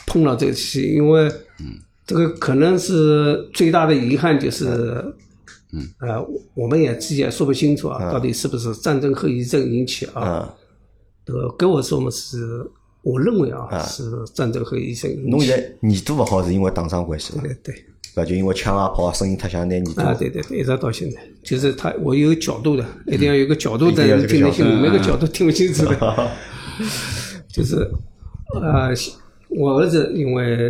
碰到这个事情，因为这个可能是最大的遗憾就是，嗯，呃，我们也自己也说不清楚啊，到底是不是战争后遗症引起啊？
嗯，
这个跟我说嘛是，我认为啊是战争后遗症引
侬
起
现在耳朵勿好是因为打仗关系伐？
的，对。
对伐？就因为枪啊炮啊声音太响，拿耳
啊，
朵
对对对，一直到现在，就是他，我有角度的，一定要有个角度才
嗯一定要有
能
个角度嗯
听得清楚，没个角度听不清楚的。 就是，呃，我儿子因为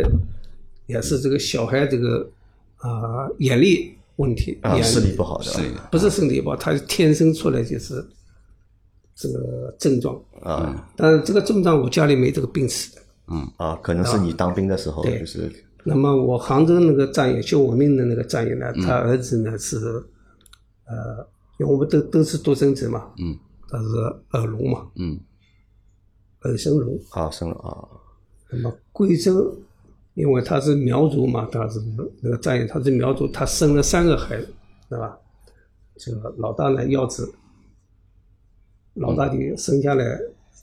也是这个小孩这个啊、呃眼力问题，
啊
眼
视力不好的
是
不是身体不好，他天生出来就是这个症状。
啊
但是这个症状我家里没这个病史的。
啊，可能是你当兵的时候
对
就是
那么我杭州那个战友救我命的那个战友呢，他儿子呢是，呃，因为我们都都是独生子嘛，嗯，他是耳聋嘛，
嗯，
耳生聋。
啊生了啊
那么贵州，因为他是苗族嘛，他是那个战友，他是苗族，他生了三个孩子，对吧？这个老大呢夭折，老大就生下来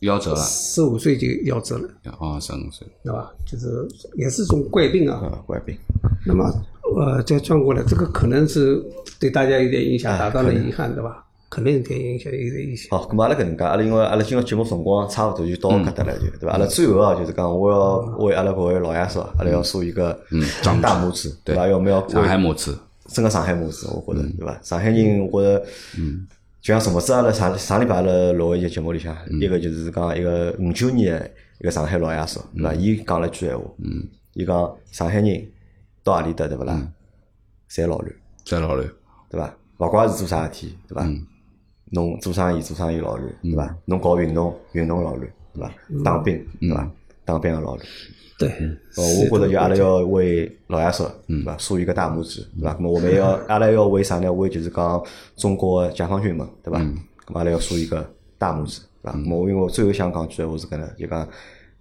夭折了，
十五岁就夭折了，
哦，三十岁，
对吧？就是也是种怪病啊，
啊，怪病
那么，呃，再转过来，这个可能是对大家有点影响，达到了遗憾，对吧？可能有点影响，有点影响。
好，哦咁阿拉搿能介，阿拉因为阿拉今朝节目辰光差勿多就到搿搭了，就对伐？阿拉最后啊，就是讲我要为阿拉搿位老爷叔，阿拉要竖一个
掌
大拇指，对伐？要么要为
上海母子，
真个上海模式，我觉着对伐？上海人，我觉着，嗯，就像什么子，阿拉上上礼拜阿拉录一节节目里向，一个就是讲一个五九年的一个上海老爷叔，对伐？伊讲了一句闲话，嗯，伊讲上海人到何里搭对勿啦？侪老乱，
在老刘，
对伐？勿怪是做啥事体，对伐？侬做生意做生意老乱，对伐？侬搞运动运动老乱，对伐？当兵对伐？当兵也老乱。
对，
哦，我觉得就阿嗯拉要为老爷叔，对伐，竖一个大拇指，对伐？那么我们要，阿拉要为啥呢？为就是讲中国解放军们，对伐？那么阿拉要竖一个大拇指，对伐？那么我因为我最后想讲句闲话是搿能，就讲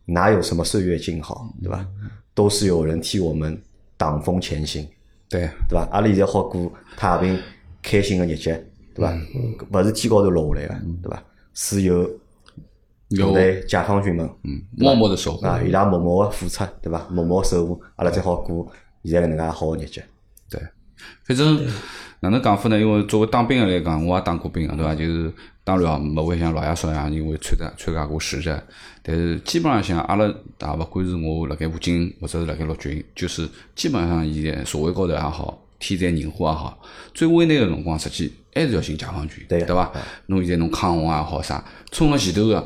哪有什么岁月静好，对伐？都是有人替我们挡风前行，
对，
对伐？阿拉现在好过太平开心个日节，对伐？勿是天高头落下来个，对伐？是有
有
我们解放军们，
默默的守护，
啊，伊拉默默个付出，对伐？默默守护，阿拉才好过现在搿能介好个日节。
对，反正哪能讲法呢？因为作为当兵的来讲，我也当过兵啊，对伐？就是当然啊，没会像老爷叔一样，因为参加参加过实战，但是基本上像阿拉也勿管是我辣盖武警或者是辣盖陆军，就是基本上现在社会高头也好，天灾人祸也好，最危难个辰光，实际还是要寻解放军，
对
对
个
伐？侬现在侬抗洪也好啥，冲了前头个，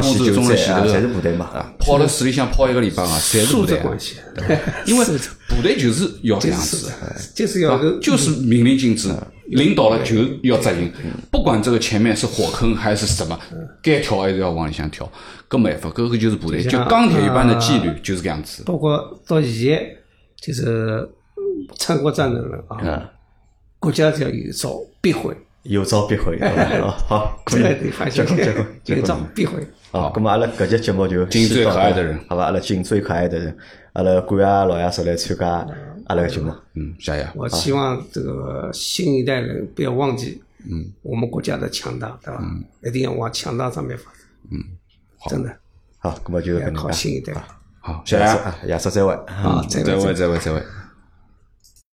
抢
锋
险
队
救
冲了
灾
前
啊，
头
侪
个
是，部队嘛，啊，
泡辣水里向泡一个礼拜啊，侪是部
素
队
质
啊
关系，
对伐因为部队就是要这样
素
子
质
的。
就是要个
就是命令禁止，
嗯
领导了就要执行，不管这个前面是火坑还是什么，
嗯
该跳还是要往里向跳，搿没办法，搿个就是部队，就
像啊
钢铁一般的纪律就是搿样子。
包括到现在，就是嗯参过战斗了
嗯
啊，国家只要有一招必毁，
有招必 悔，啊好，可
这
以
个得发，
结
现
棍 结棍结
有一
棍
招。必毁。
好，咁么阿拉搿节节目就
敬最可爱的人
好吧？阿拉敬最可爱的人，阿拉感谢老爷叔来参加阿拉个节目。
嗯，谢谢。
我希望这个新一代人不要忘记，嗯，我们国家的强大，对吧？一定要往强大上面发展。嗯，真的
好，咁么就搿
要
能
靠
介，
新一代。
好，谢
谢谢
谢。
啊，亚叔再会。
啊，再
再
会。
会，再会，再会。